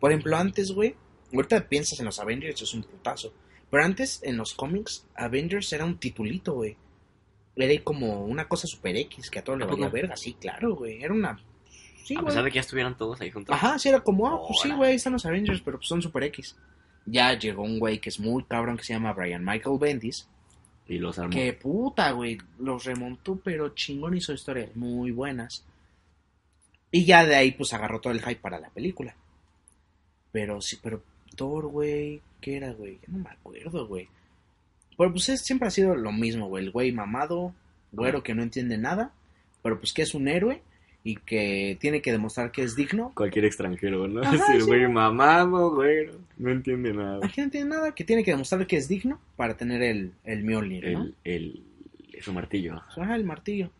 S1: por ejemplo, antes, güey, ahorita piensas en los Avengers, es un putazo. Pero antes, en los cómics, Avengers era un titulito, güey. Era como una cosa super X que a todos le
S2: ¿A
S1: valía
S2: poco?
S1: verga. Sí, claro, güey. Era una. Sí,
S2: A pesar
S1: güey.
S2: de que ya estuvieran todos ahí juntos.
S1: Ajá, sí, era como, ah, pues sí,
S2: Hola.
S1: güey, ahí están los Avengers, pero pues son super X. Ya llegó un güey que es muy cabrón que se llama Brian Michael Bendis.
S2: Y los armó.
S1: Que puta, güey. Los remontó, pero chingón hizo historias muy buenas. Y ya de ahí, pues agarró todo el hype para la película. Pero sí, pero Thor, güey. ¿Qué era, güey? Ya no me acuerdo, güey. Pero pues es- siempre ha sido lo mismo, güey. El güey mamado, güero que no entiende nada. Pero pues que es un héroe y que tiene que demostrar que es digno.
S2: Cualquier extranjero, ¿no?
S1: Ajá,
S2: Sí,
S1: sí,
S2: güey mamado, güey. No entiende nada.
S1: Aquí no tiene nada, que tiene que demostrar que es digno para tener el, el Mjolnir, ¿no?
S2: El, el, su martillo.
S1: Ajá, Ah, el martillo.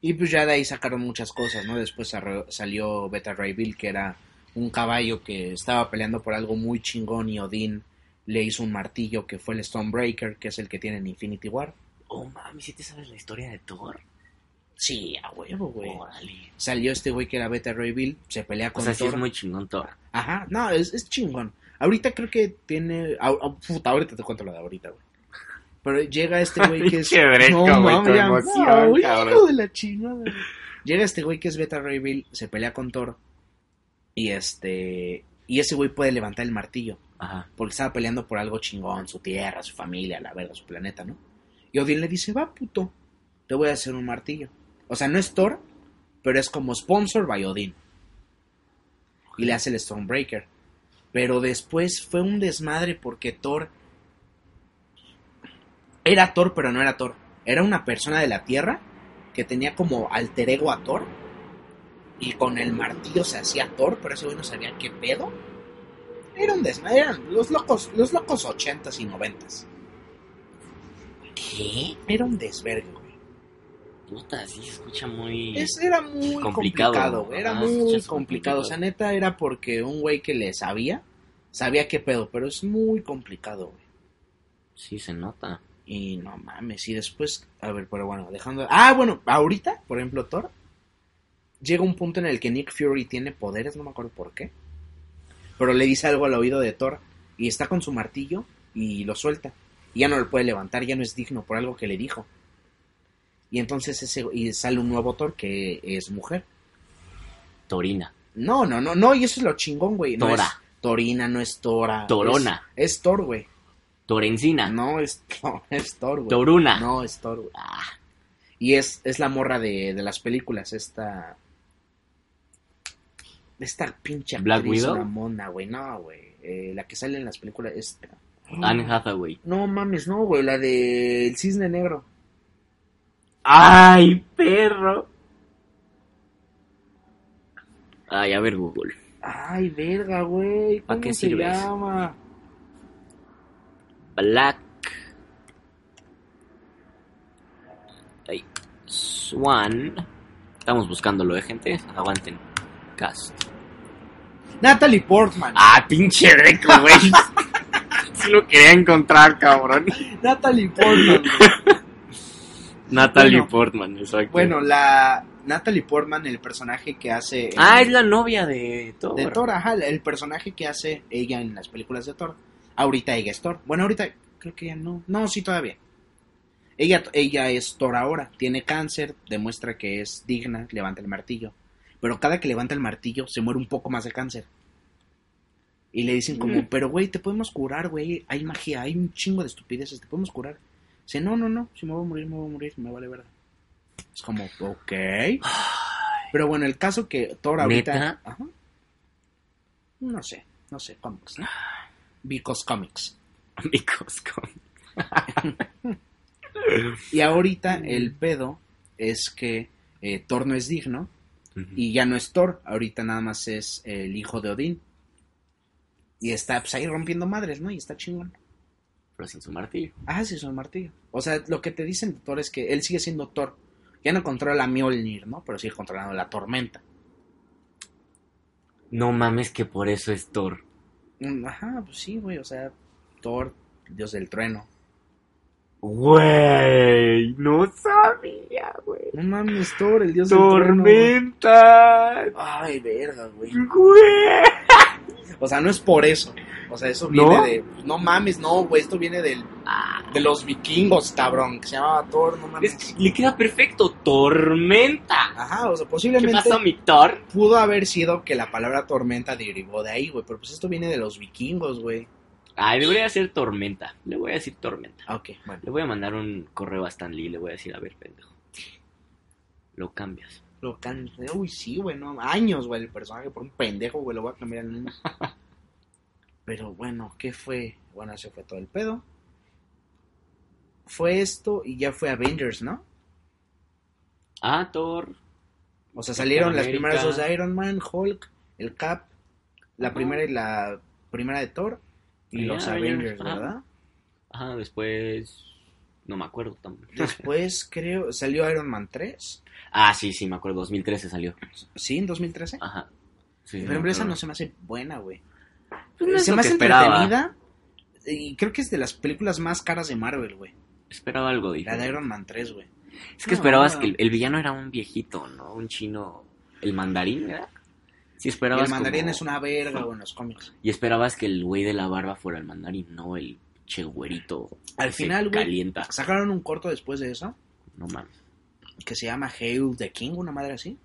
S1: Y pues ya de ahí sacaron muchas cosas, ¿no? Después arre- salió Beta Ray Bill, que era un caballo que estaba peleando por algo muy chingón y Odín le hizo un martillo que fue el Stonebreaker, que es el que tiene en Infinity War.
S2: Oh, mami, si te sabes la historia de Thor?
S1: Sí, a huevo, güey.
S2: Órale.
S1: Salió este güey que era Beta Ray Bill, se pelea
S2: O
S1: con
S2: sea, sí
S1: Thor.
S2: es muy chingón Thor.
S1: Ajá, no, es, es chingón. Ahorita creo que tiene... au- au- puta, ahorita te cuento lo de ahorita, güey. Pero llega este güey que es...
S2: Pinche Bresco, güey, con
S1: ya-
S2: emoción,
S1: no, güey,
S2: cabrón.
S1: hijo de la chingada. güey. Llega este güey que es Beta Ray Bill, se pelea con Thor. Y este... Y ese güey puede levantar el martillo.
S2: Ajá.
S1: Porque estaba peleando por algo chingón. Su tierra, su familia, la verga, su planeta, ¿no? Y Odín le dice, va, puto. Te voy a hacer un martillo. O sea, no es Thor, pero es como sponsor by Odín y le hace el Stonebreaker. Pero después fue un desmadre porque Thor era Thor, pero no era Thor. Era una persona de la Tierra que tenía como alter ego a Thor. Y con el martillo se hacía Thor, pero ese güey no sabía qué pedo. Era un desmadre, eran los locos, los locos ochentas y noventas.
S2: ¿Qué?
S1: Era un desvergue, güey.
S2: Puta, sí se escucha muy...
S1: Es- era muy
S2: Complicado.
S1: complicado, güey, era
S2: Ah,
S1: muy
S2: sí,
S1: complicado.
S2: es
S1: O sea, neta, era porque un güey que le sabía, sabía qué pedo, pero es muy complicado, güey.
S2: Sí, se nota.
S1: Y no mames, y después, a ver, pero bueno, dejando... Ah, bueno, ahorita, por ejemplo, Thor, llega un punto en el que Nick Fury tiene poderes, no me acuerdo por qué, pero le dice algo al oído de Thor y está con su martillo y lo suelta. Y ya no lo puede levantar, ya no es digno por algo que le dijo. Y entonces ese, y sale un nuevo Thor que es mujer.
S2: Torina.
S1: No, no, no, no, y eso es lo chingón, güey. No
S2: Tora.
S1: es Torina, no es Tora.
S2: Torona.
S1: Es, es Thor, güey.
S2: Torencina.
S1: No es, no, es Thor, güey.
S2: Toruna.
S1: No es Thor, güey.
S2: Ah,
S1: Y es, es la morra de, de las películas, esta. Esta pinche
S2: ¿Black
S1: actriz
S2: Widow?
S1: mamona, güey. No, güey. Eh, la que sale en las películas, esta.
S2: Anne Hathaway.
S1: No mames, no, güey. La de El Cisne Negro.
S2: ¡Ay, perro! Ay, a ver, Google.
S1: Ay, verga, güey.
S2: ¿Pa'
S1: ¿Cómo
S2: qué
S1: se
S2: sirve eso?
S1: llama?
S2: Black Ay, Swan. Estamos buscándolo, ¿eh, gente? Aguanten. Cast.
S1: Natalie Portman.
S2: ¡Ah, pinche Greco, güey! Si lo quería encontrar, cabrón.
S1: Natalie Portman, güey.
S2: Natalie
S1: Bueno.
S2: Portman, exacto.
S1: Bueno, la Natalie Portman, el personaje que hace en-
S2: Ah, es la novia de Thor.
S1: de Thor, ajá, el personaje que hace ella en las películas de Thor. Ahorita ella es Thor. Bueno, ahorita creo que ya no. No, sí todavía. Ella ella es Thor ahora, tiene cáncer, demuestra que es digna, levanta el martillo. pero cada que levanta el martillo se muere un poco más de cáncer. Y le dicen como,
S2: Mm.
S1: pero güey, te podemos curar, güey, hay magia, hay un chingo de estupideces, te podemos curar. Dice, no, no, no, si me voy a morir, me voy a morir, me vale verdad. Es como, ok. Pero bueno, el caso que Thor ahorita...
S2: ¿Neta?
S1: Ajá. No sé, no sé, cómics, ¿no? Because comics.
S2: Mi Costco.
S1: Y ahorita el pedo es que eh, Thor no es digno
S2: Mm.
S1: y ya no es Thor, ahorita nada más es el hijo de Odín. Y está pues, ahí rompiendo madres, ¿no? Y está chingón.
S2: Pero sin su martillo.
S1: Ah, sí, son martillo. O sea, lo que te dicen de Thor es que él sigue siendo Thor. Ya no controla Mjolnir, ¿no? Pero sigue controlando la tormenta.
S2: No mames que por eso es Thor.
S1: Mm, Ajá, pues sí, güey. O sea, Thor, dios del trueno.
S2: Güey, no sabía, güey.
S1: No mames, Thor, el dios del trueno.
S2: Tormenta.
S1: güey. Ay, verga, güey.
S2: Güey.
S1: O sea, no es por eso. O sea, eso
S2: ¿No?
S1: viene de. No mames, no, güey. Esto viene del, de los vikingos, cabrón. Que se llamaba Thor, no mames.
S2: Es que le queda perfecto. Tormenta.
S1: Ajá, o sea,
S2: ¿Qué
S1: posiblemente
S2: pasó, mi Thor?
S1: pudo haber sido que la palabra tormenta derivó de ahí, güey. Pero pues esto viene de los vikingos, güey.
S2: Ay, debería ser tormenta. Le voy a decir tormenta.
S1: Ah, ok, bueno.
S2: Le voy a mandar un correo a Stan Lee. Le voy a decir, a ver, pendejo. Lo cambias.
S1: Lo cansé. Uy, sí, güey, no. Años, güey, el personaje por un pendejo, güey. Lo voy a cambiar al niño. Pero bueno, ¿qué fue? Bueno, se fue todo el pedo. Fue esto y ya fue Avengers, ¿no?
S2: Ah, Thor.
S1: O sea, salieron las
S2: América.
S1: primeras dos de Iron Man, Hulk, el Cap, la
S2: Ajá.
S1: primera y la primera de Thor y
S2: Y
S1: los
S2: ya,
S1: Avengers,
S2: ya, ajá.
S1: ¿verdad?
S2: Ajá, después. No me acuerdo tampoco.
S1: Después creo salió Iron Man 3,
S2: Ah, sí, sí, me acuerdo. 2013 salió.
S1: sí, en 2013.
S2: Ajá. Sí, sí,
S1: Pero
S2: me
S1: esa
S2: acuerdo.
S1: no se me hace buena, güey. Eh,
S2: Pues no es
S1: se
S2: lo
S1: me
S2: que
S1: hace
S2: esperaba.
S1: entretenida y creo que es de las películas más caras de Marvel, güey.
S2: Esperaba algo
S1: La
S2: diferente.
S1: de Iron Man 3, güey.
S2: Es que
S1: No,
S2: esperabas
S1: no.
S2: que el, el villano era un viejito, ¿no? Un chino. El mandarín, ¿verdad? Sí,
S1: Y
S2: esperabas.
S1: el mandarín
S2: como-
S1: es una verga, güey, en los cómics.
S2: Y esperabas que el güey de la barba fuera el mandarín, no el che güerito.
S1: Al
S2: que se
S1: final, güey,
S2: Calienta.
S1: Sacaron un corto después de eso
S2: No mames.
S1: que se llama Hail the King, una madre así.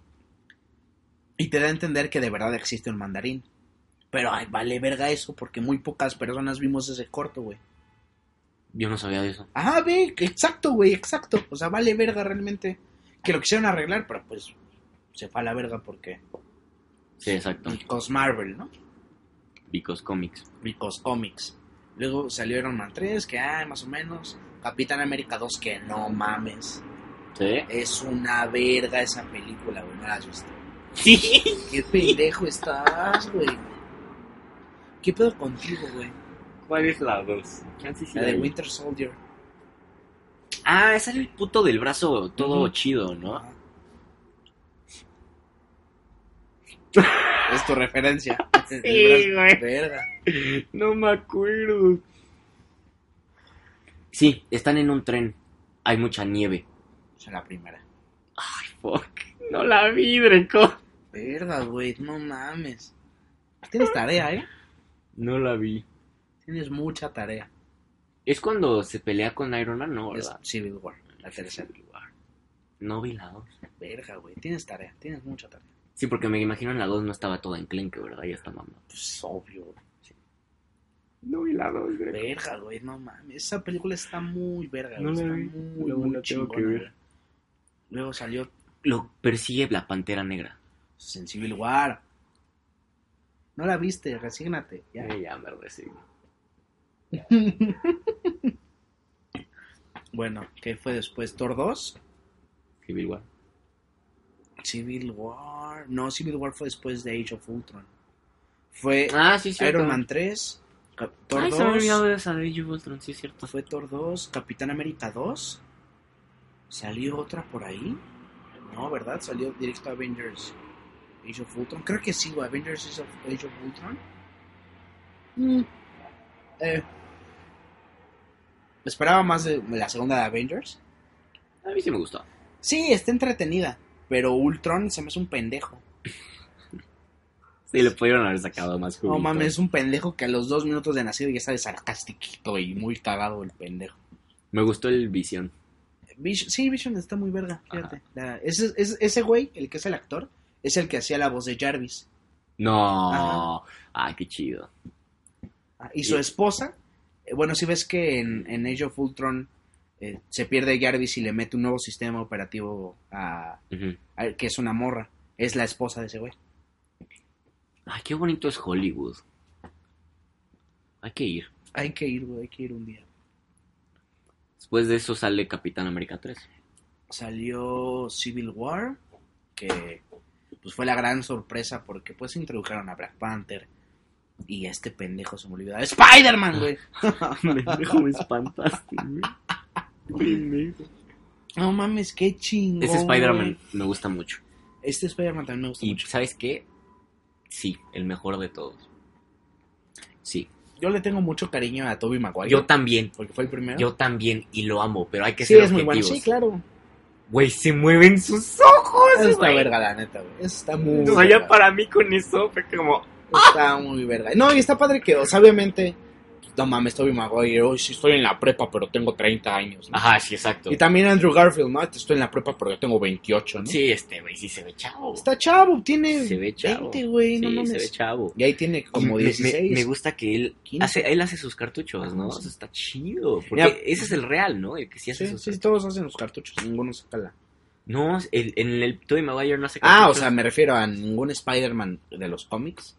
S1: Y te da a entender que de verdad existe un mandarín. Pero ay, vale verga eso, porque muy pocas personas vimos ese corto, güey.
S2: Yo no sabía de eso.
S1: Ajá, ve, exacto, güey, exacto. O sea, vale verga realmente. Que lo quisieron arreglar, pero pues se fue a la verga porque.
S2: Sí, exacto.
S1: Because Marvel, ¿no?
S2: Vicos Comics.
S1: Because Comics. Luego salió Iron Man 3, que ay, más o menos. Capitán América 2, que no mames.
S2: ¿Sí?
S1: Es una verga esa película, güey, no la has visto.
S2: Sí.
S1: Qué pendejo estás, güey. ¿Qué pedo contigo, güey?
S2: ¿Cuál es la dos?
S1: La de Winter Soldier.
S2: Ah, ese es el puto del brazo todo
S1: Ujú.
S2: chido, ¿no?
S1: Ajá. Es tu referencia. El brazo- Verga.
S2: No me acuerdo. Sí, están en un tren. Hay mucha nieve.
S1: O sea, la primera.
S2: Fuck. No la vi, Dreco.
S1: Verga, güey, no mames. Tienes tarea, ¿eh?
S2: No la vi.
S1: Tienes mucha tarea.
S2: Es cuando se pelea con Iron Man, ¿no?
S1: Es
S2: ¿verdad?
S1: Civil War, la tercera.
S2: No vi la dos.
S1: Verga, güey, tienes tarea, tienes mucha tarea.
S2: Sí, porque me imagino en la 2 no estaba toda enclenque, ¿verdad? Ya está mamá.
S1: Pues obvio, güey.
S2: No vi la 2,
S1: Verga, güey, no mames. Esa película está muy verga,
S2: No
S1: güey.
S2: la
S1: Está
S2: vi,
S1: muy,
S2: luego
S1: muy
S2: la tengo que
S1: chingona,
S2: ver.
S1: güey. Luego salió
S2: Lo persigue la pantera negra.
S1: en Civil War. No la viste, resígnate. Ya.
S2: Eh, ya me recibo.
S1: Bueno, ¿qué fue después? ¿Thor 2?
S2: Civil War.
S1: Civil War. No, Civil War fue después de Age of Ultron. Fue
S2: Ah, sí, sí.
S1: Iron Man 3, Cap- Thor
S2: Ay, se me había
S1: 2.
S2: olvidado de esa de Age of Ultron, sí es cierto.
S1: Fue Thor 2, Capitán América 2. ¿Salió otra por ahí? No, ¿verdad? Salió directo a Avengers Age of Ultron. Creo que sí, güey, Avengers Age of- Age of Ultron. Mm. Eh, Esperaba más de la segunda de Avengers.
S2: A mí sí me gustó.
S1: Sí, está entretenida. Pero Ultron se me hace un pendejo.
S2: Sí, le pudieron haber sacado más jugo.
S1: No mames, es un pendejo que a los dos minutos de nacido ya está de sarcastiquito y muy cagado el pendejo.
S2: Me gustó el Visión.
S1: Vision- sí, Vision está muy verga, fíjate. La- ese, ese- ese güey, el que es el actor, es el que hacía la voz de Jarvis.
S2: No. Ay, qué chido.
S1: Ah, Y su
S2: Y-
S1: esposa, eh, bueno, si ves que en, en Age of Ultron eh, se pierde Jarvis y le mete un nuevo sistema operativo a,
S2: Ujú.
S1: a- que es una morra, es la esposa de ese güey.
S2: Ay, qué bonito es Hollywood. Hay que ir.
S1: Hay que ir, güey, hay que ir un día.
S2: Después de eso sale Capitán América 3.
S1: Salió Civil War, que pues fue la gran sorpresa porque pues introdujeron a Black Panther y este pendejo se me olvidó. Spider-Man, güey.
S2: Pendejo, me espantaste,
S1: No mames, qué chingón.
S2: Ese Este Spider-Man
S1: güey.
S2: me gusta mucho.
S1: Este Spider-Man también me gusta
S2: Y
S1: mucho.
S2: ¿sabes qué? Sí, el mejor de todos. Sí.
S1: Yo le tengo mucho cariño a Tobey Maguire.
S2: Yo también.
S1: porque fue el primero.
S2: Yo también y lo amo, pero hay que
S1: sí,
S2: ser
S1: es muy bueno.
S2: objetivos.
S1: Sí, claro.
S2: Güey, se mueven sus ojos,
S1: Eso está
S2: güey.
S1: verga, la neta, güey. Eso está muy.
S2: O sea, ya
S1: verga.
S2: para mí con eso fue como...
S1: Está muy verga. No, y está padre que, o sea, obviamente. No mames, Tobey Maguire. Hoy sí estoy en la prepa, pero tengo 30 años. ¿no?
S2: Ajá, sí, exacto.
S1: Y también Andrew Garfield, ¿no? Estoy en la prepa, pero yo tengo 28, ¿no?
S2: Sí, este güey sí se ve chavo.
S1: Está chavo, tiene
S2: Se ve chavo.
S1: 20, güey,
S2: Sí,
S1: no mames.
S2: se ve chavo.
S1: Y ahí tiene como
S2: Y me-
S1: 16.
S2: Me, me gusta que él
S1: 15.
S2: hace, él hace sus cartuchos, ¿no? Eso está chido. Porque
S1: Mira-
S2: ese es el real, ¿no? El que sí hace
S1: Sí,
S2: sus
S1: sí, todos hacen los cartuchos, ninguno saca la...
S2: No, el- en el Tobey Maguire no hace
S1: Ah, o
S2: cartuchos.
S1: sea, me refiero a ningún Spider-Man de los cómics.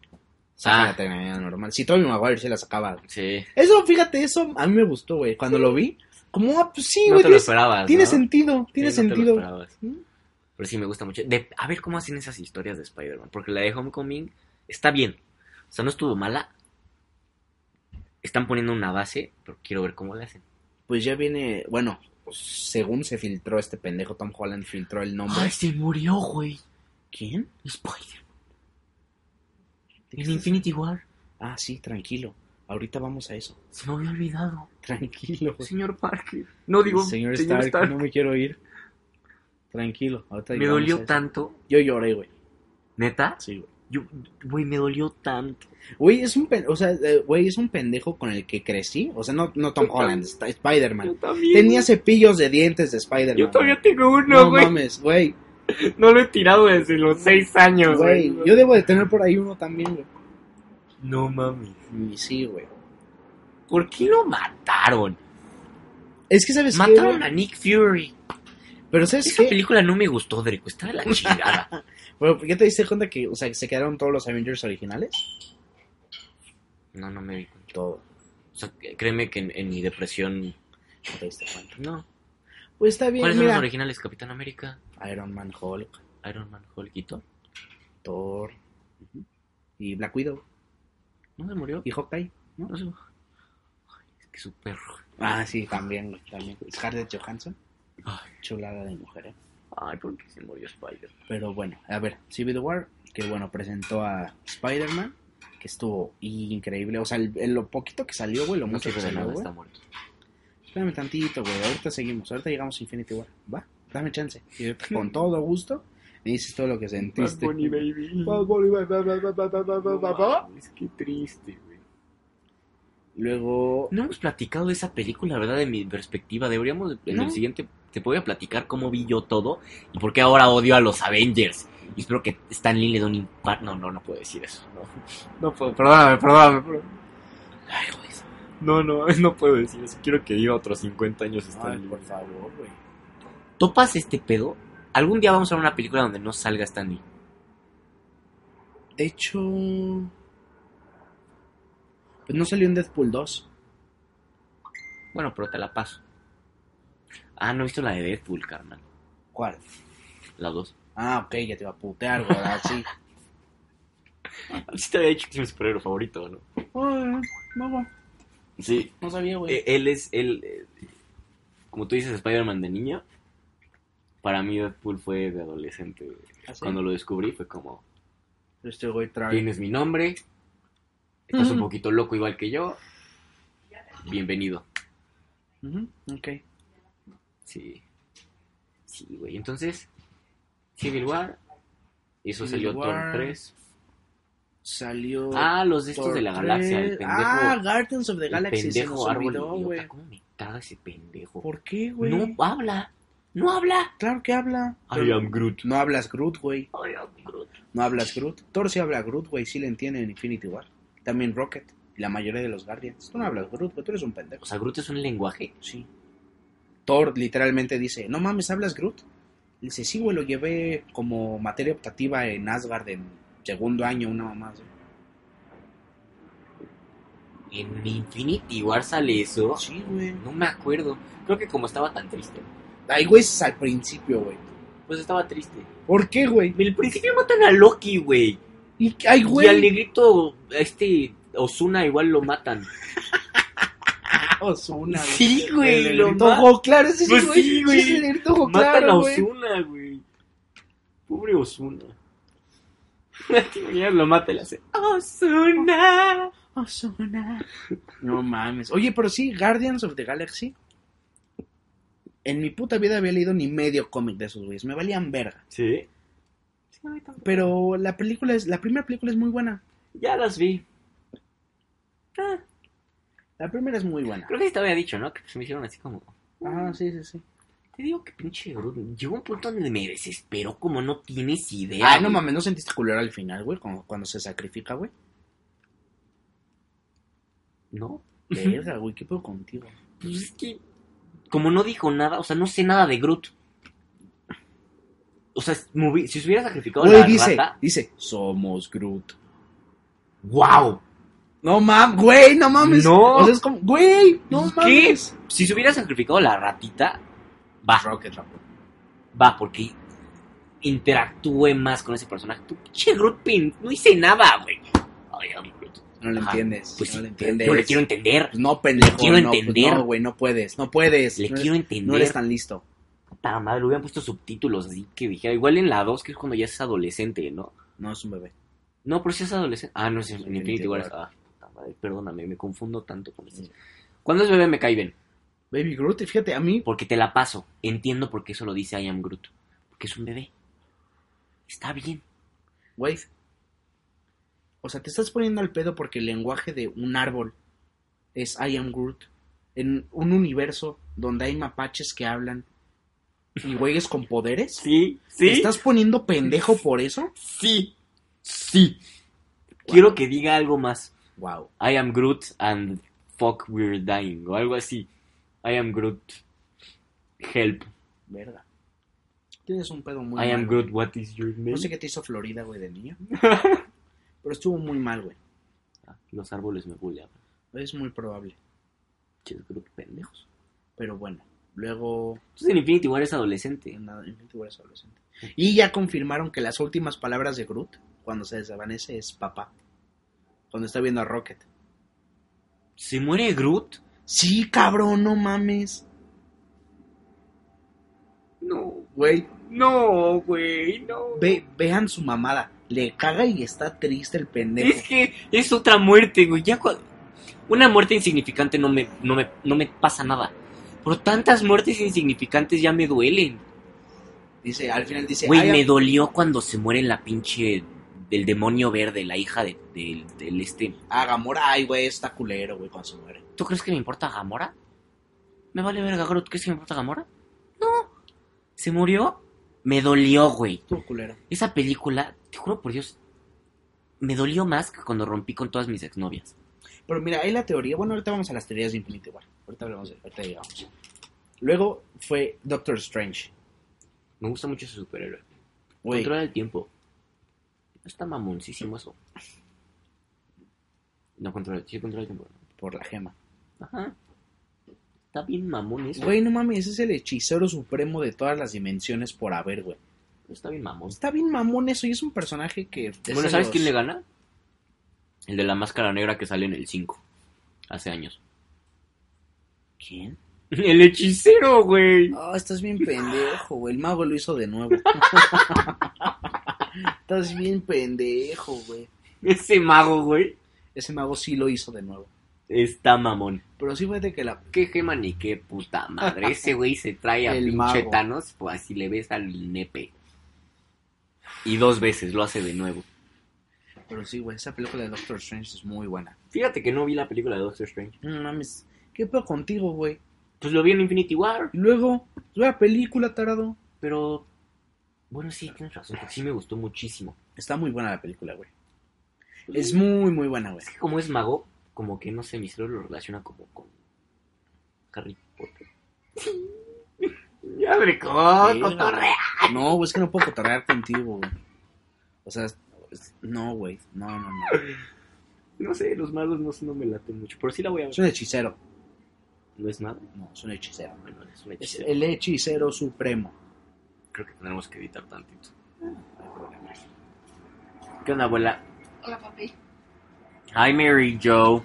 S1: Saca
S2: Ah.
S1: la telaraña normal. Si Tobey Maguire se la sacaba.
S2: Sí.
S1: Eso, fíjate, eso a mí me gustó, güey. Cuando lo vi, como, ah, pues sí,
S2: no
S1: güey,
S2: te lo
S1: tienes-
S2: esperabas.
S1: tiene
S2: ¿no?
S1: sentido, tiene
S2: Sí, no te lo
S1: sentido.
S2: esperabas.
S1: ¿Mm?
S2: Pero sí me gusta mucho. De- a ver cómo hacen esas historias de Spider-Man. Porque la de Homecoming está bien. O sea, no estuvo mala. Están poniendo una base, pero quiero ver cómo la hacen.
S1: pues ya viene, bueno, pues, según se filtró este pendejo, Tom Holland filtró el nombre.
S2: se murió, güey.
S1: ¿Quién?
S2: Spider-Man. En Infinity War.
S1: Ah, sí, tranquilo. Ahorita vamos a eso.
S2: Se me había olvidado.
S1: Tranquilo, güey.
S2: Señor Parker. No digo,
S1: señor,
S2: señor,
S1: Stark,
S2: Stark.
S1: no me quiero ir. Tranquilo, ahorita
S2: Me
S1: llegamos a
S2: dolió
S1: eso.
S2: tanto.
S1: Yo lloré, güey.
S2: ¿Neta?
S1: Sí, güey.
S2: Yo, güey, me dolió tanto.
S1: Güey, es un pendejo, o sea, eh, güey, es un pendejo con el que crecí. O sea, no, no Tom Holland, Sta- Spider-Man.
S2: también.
S1: Tenía cepillos de dientes de Spider-Man.
S2: Yo todavía
S1: güey.
S2: tengo
S1: No
S2: uno, güey. No,
S1: mames, güey.
S2: lo he tirado desde los seis años,
S1: Güey,
S2: güey.
S1: yo debo de tener por ahí uno también, güey.
S2: No mames.
S1: Y sí, güey.
S2: ¿Por qué lo mataron?
S1: Es que, ¿sabes qué,
S2: mataron
S1: güey?
S2: a Nick Fury.
S1: Pero, ¿sabes
S2: Esa
S1: qué?
S2: película no me gustó, Dreco. Está de la chingada.
S1: Bueno, ¿ya te diste cuenta que, o sea, que se quedaron todos los Avengers originales?
S2: no, no me di cuenta.
S1: Todo.
S2: O sea, créeme que en, en mi depresión. este
S1: ¿No te diste cuenta?
S2: No.
S1: Pues está bien,
S2: ¿Cuáles son los
S1: mira.
S2: originales? Capitán América,
S1: Iron Man, Hulk,
S2: Iron Man, Hulk y Thor.
S1: Thor y Black Widow
S2: ¿No se murió?
S1: y Hawkeye.
S2: No se- Ay, Es que su perro.
S1: Ah, sí, también, güey, también. Scarlett Johansson,
S2: Ay,
S1: chulada de mujer, ¿eh?
S2: ay, ¿por qué se murió Spider?
S1: Pero bueno, a ver, Civil War, que bueno, presentó a Spider-Man, que estuvo increíble. O sea, el- el- lo poquito que salió, güey, lo
S2: No
S1: mucho que
S2: sirve de
S1: salió,
S2: nada,
S1: güey.
S2: está muerto.
S1: Espérame tantito, güey, ahorita seguimos, ahorita llegamos a Infinity War. Va, dame chance. Y ahorita, con todo gusto, me dices todo lo que sentiste.
S2: Baby. Es que triste, güey.
S1: Luego,
S2: No hemos platicado de esa película, ¿verdad? De mi perspectiva. Deberíamos, en
S1: No.
S2: el siguiente, te voy a platicar cómo vi yo todo y por qué ahora odio a los Avengers. Y espero que Stan Lee le dé un impacto. No, no, no puedo decir eso. No, no puedo. Perdóname, perdóname. perdóname.
S1: ay, güey,
S2: No, no, no puedo decir eso. Quiero que viva otros 50 años este
S1: ay, por favor, güey.
S2: ¿Topas este pedo? Algún día vamos a ver una película donde no salga Stan Lee.
S1: De hecho. Pues no salió en Deadpool 2.
S2: Bueno, pero te la paso. Ah, no he visto la de Deadpool, carnal.
S1: ¿Cuál?
S2: La dos.
S1: Ah, ok, ya te iba a putear, güey. ah, Sí.
S2: Sí te había dicho que es mi superhéroe favorito, ¿no?
S1: Ah, no, güey.
S2: Sí,
S1: No sabía, güey.
S2: Eh, Él es, él, eh, como tú dices, Spider-Man de niño. Para mí Deadpool fue de adolescente. güey.
S1: Ah, sí.
S2: Cuando lo descubrí fue como,
S1: Este güey trae.
S2: tienes mi nombre, estás un
S1: Ujú.
S2: poquito loco igual que yo, bienvenido.
S1: Ujú, ok.
S2: Sí. Sí, güey. Entonces, Civil War, y eso
S1: Civil
S2: salió Thor
S1: War.
S2: 3.
S1: Salió.
S2: Ah, los de estos
S1: Thor
S2: de la galaxia, el
S1: 3.
S2: pendejo.
S1: Ah, Guardians of the
S2: el
S1: Galaxy. Se nos
S2: pendejo árbol
S1: olvidó,
S2: idiota.
S1: güey.
S2: ¿Cómo me caga ese pendejo?
S1: ¿Por qué, güey?
S2: No habla, no habla.
S1: Claro que habla.
S2: Groot.
S1: No hablas Groot, güey.
S2: I am Groot.
S1: No hablas Groot. Thor sí habla Groot, güey. Sí le entiende en Infinity War. También Rocket. Y la mayoría de los Guardians. Tú no hablas Groot, güey. Tú eres un pendejo.
S2: O sea, Groot es un lenguaje.
S1: Sí. Thor literalmente dice, no mames, ¿hablas Groot? Le dice, sí, güey, lo llevé como materia optativa en Asgard en segundo año, una mamá. así".
S2: En Infinity War sale eso.
S1: Sí, güey.
S2: No me acuerdo. Creo que como estaba tan triste.
S1: Ay, güey, es al principio, güey.
S2: Pues estaba triste.
S1: ¿Por qué, güey?
S2: Al principio matan a Loki, güey.
S1: Y, ay,
S2: Y al
S1: güey.
S2: negrito, a este Osuna igual lo matan.
S1: Ozuna, güey.
S2: Sí, güey,
S1: El
S2: lo
S1: negrito
S2: ma-
S1: ojo claro, ese sí,
S2: Pues
S1: güey.
S2: sí, güey.
S1: Ese es el negrito ojo
S2: Matan
S1: claro,
S2: a
S1: güey.
S2: Osuna, güey. Pobre Osuna. ¿Te imaginas? lo mata y le hace Osuna.
S1: Ozuna. No mames. Oye, pero sí, Guardians of the Galaxy. En mi puta vida había leído ni medio cómic de esos güeyes. Me valían verga.
S2: Sí.
S1: Pero la película es, la primera película es muy buena.
S2: Ya las vi. Ah,
S1: La primera es muy buena.
S2: creo que te había dicho, ¿no? Que se me hicieron así como.
S1: Ah, sí, sí, sí.
S2: Te digo que pinche Groot. Llegó un punto donde me desesperó como no tienes idea.
S1: Ah, no
S2: güey.
S1: mames, ¿no sentiste culero al final, güey? Como cuando se sacrifica, güey.
S2: No.
S1: Verga, güey, ¿qué pedo contigo?
S2: Pues es que, como no dijo nada, o sea, no sé nada de Groot. O sea, me hubi- si se hubiera sacrificado
S1: Güey,
S2: la
S1: dice,
S2: rata,
S1: dice, somos Groot.
S2: ¡wow!
S1: No mames, güey, no mames.
S2: No.
S1: O sea, es como, güey, no
S2: ¿Qué?
S1: mames.
S2: Si se hubiera sacrificado la ratita, va,
S1: Rocket, Rocket.
S2: va, porque interactúe más con ese personaje. Tu pinche Groot, pin, no hice nada, güey. Ay, ay, Groot.
S1: No lo
S2: Ajá.
S1: entiendes.
S2: Pues
S1: no
S2: sí,
S1: lo
S2: pero
S1: entiendes.
S2: yo le quiero entender.
S1: Pues no, pendejo.
S2: Le quiero
S1: no, pues
S2: entender.
S1: No, güey, no puedes, no puedes.
S2: Le
S1: no,
S2: quiero
S1: eres, no eres
S2: entender.
S1: tan listo.
S2: Puta madre, le hubieran puesto subtítulos así que dijera. Igual en la 2, que es cuando ya es adolescente, ¿no?
S1: No es un bebé.
S2: No, pero si es adolescente. Ah, no, es en
S1: Infinity
S2: Infinity War.
S1: War.
S2: Ah, puta madre, perdóname, me confundo tanto con esto. Cuando es bebé me cae bien,
S1: Baby Groot, y fíjate, a mí.
S2: porque te la paso. Entiendo por qué eso lo dice I am Groot. Porque es un bebé. Está bien.
S1: Güey. O sea, te estás poniendo al pedo porque el lenguaje de un árbol es I am Groot. En un universo donde hay mapaches que hablan y güeyes con poderes.
S2: Sí, sí.
S1: ¿Te estás poniendo pendejo por eso?
S2: Sí, sí. Quiero que diga algo más.
S1: Wow.
S2: I am Groot and fuck we're dying. O algo así. I am Groot. Help.
S1: Verga. Tienes un pedo muy
S2: I
S1: mal.
S2: am Groot. What is your name?
S1: No sé qué te hizo Florida, güey, de niño. Pero estuvo muy mal, güey.
S2: Ah, Los árboles me bullean.
S1: Es muy probable.
S2: Ches Groot, pendejos.
S1: Pero bueno, luego
S2: Entonces en Infinity War es adolescente.
S1: nada, Infinity War es adolescente. Y ya confirmaron que las últimas palabras de Groot, cuando se desvanece, es papá. Cuando está viendo a Rocket.
S2: ¿Se muere Groot?
S1: Sí, cabrón, no mames.
S2: No.
S1: Güey,
S2: No, güey, no.
S1: ve- vean su mamada. Le caga y está triste el pendejo.
S2: Es que es otra muerte, güey. Ya cua- Una muerte insignificante no me, no, me, no me pasa nada. Pero tantas muertes insignificantes ya me duelen.
S1: Dice, al final dice,
S2: Güey,
S1: "I
S2: me
S1: am-
S2: dolió cuando se muere la pinche del demonio verde, la hija de- del- del este.
S1: ah, Gamora, ay, güey, está culero, güey, cuando se muere.
S2: ¿Tú crees que me importa Gamora? ¿Me vale verga, Groot? ¿Crees que me importa Gamora? No. ¿Se murió? Me dolió, güey.
S1: Estuvo culero.
S2: Esa película, te juro por Dios, me dolió más que cuando rompí con todas mis exnovias.
S1: Pero mira, hay la teoría. Bueno, ahorita vamos a las teorías de Infinity War. Ahorita hablamos de, ahorita llegamos. Luego fue Doctor Strange.
S2: Me gusta mucho ese superhéroe.
S1: Güey,
S2: Controla el tiempo. No está mamoncísimo eso. No controla, sí controla el tiempo.
S1: por la gema.
S2: Ajá. Está bien mamón eso.
S1: Güey, no mames, ese es el hechicero supremo de todas las dimensiones por haber, güey.
S2: Está bien mamón.
S1: Está bien mamón eso y es un personaje que... es
S2: Bueno,
S1: de
S2: ¿sabes
S1: los-
S2: quién le gana? El de la máscara negra que sale en el 5. Hace años.
S1: ¿Quién?
S2: El hechicero, güey.
S1: Ah, estás bien pendejo, güey. El mago lo hizo de nuevo. estás bien pendejo, güey.
S2: Ese mago, güey.
S1: Ese mago sí lo hizo de nuevo.
S2: Está mamón.
S1: Pero sí fíjate que la...
S2: Qué gema ni qué puta madre. Ese güey se trae a
S1: El
S2: pinche
S1: mago.
S2: Thanos, pues así le ves al nepe. Y dos veces lo hace de nuevo.
S1: Pero sí, güey, esa película de Doctor Strange es muy buena.
S2: Fíjate que no vi la película de Doctor Strange.
S1: No mames, ¿qué pedo contigo, güey?
S2: Pues lo vi en Infinity War,
S1: Y luego, la película, tarado.
S2: pero Bueno, sí, tienes razón. porque Sí me gustó muchísimo.
S1: Está muy buena la película, güey. Es muy, muy buena, güey.
S2: Es que como es mago, como que no sé, mi cerebro lo relaciona como con Harry Potter. Ya brincó,
S1: Sí,
S2: ¡Ah, cotorrea.
S1: No, güey, es que no puedo cotorrear contigo, güey. O sea, es- no, güey. No, no, no.
S2: No sé, los magos no, no me laten mucho, pero sí la voy a
S1: Es
S2: ver.
S1: un hechicero.
S2: ¿No es mago?
S1: No, es un hechicero.
S2: Bueno, es un
S1: Es
S2: hechicero.
S1: el hechicero supremo.
S2: Creo que tendremos que editar tantito. ¿Qué onda, abuela?
S3: Hola, papi.
S2: Hi, Mary Joe.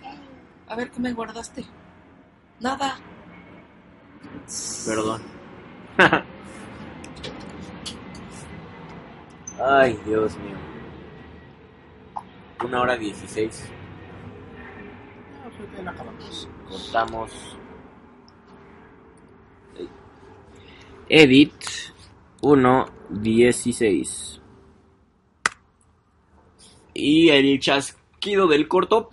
S3: A ver, ¿qué me guardaste? Nada.
S2: Perdón. Ay, Dios mío. Una hora dieciséis.
S3: No, creo que la acabamos.
S2: Cortamos. Edit 1.16. Y el chasquido del corto.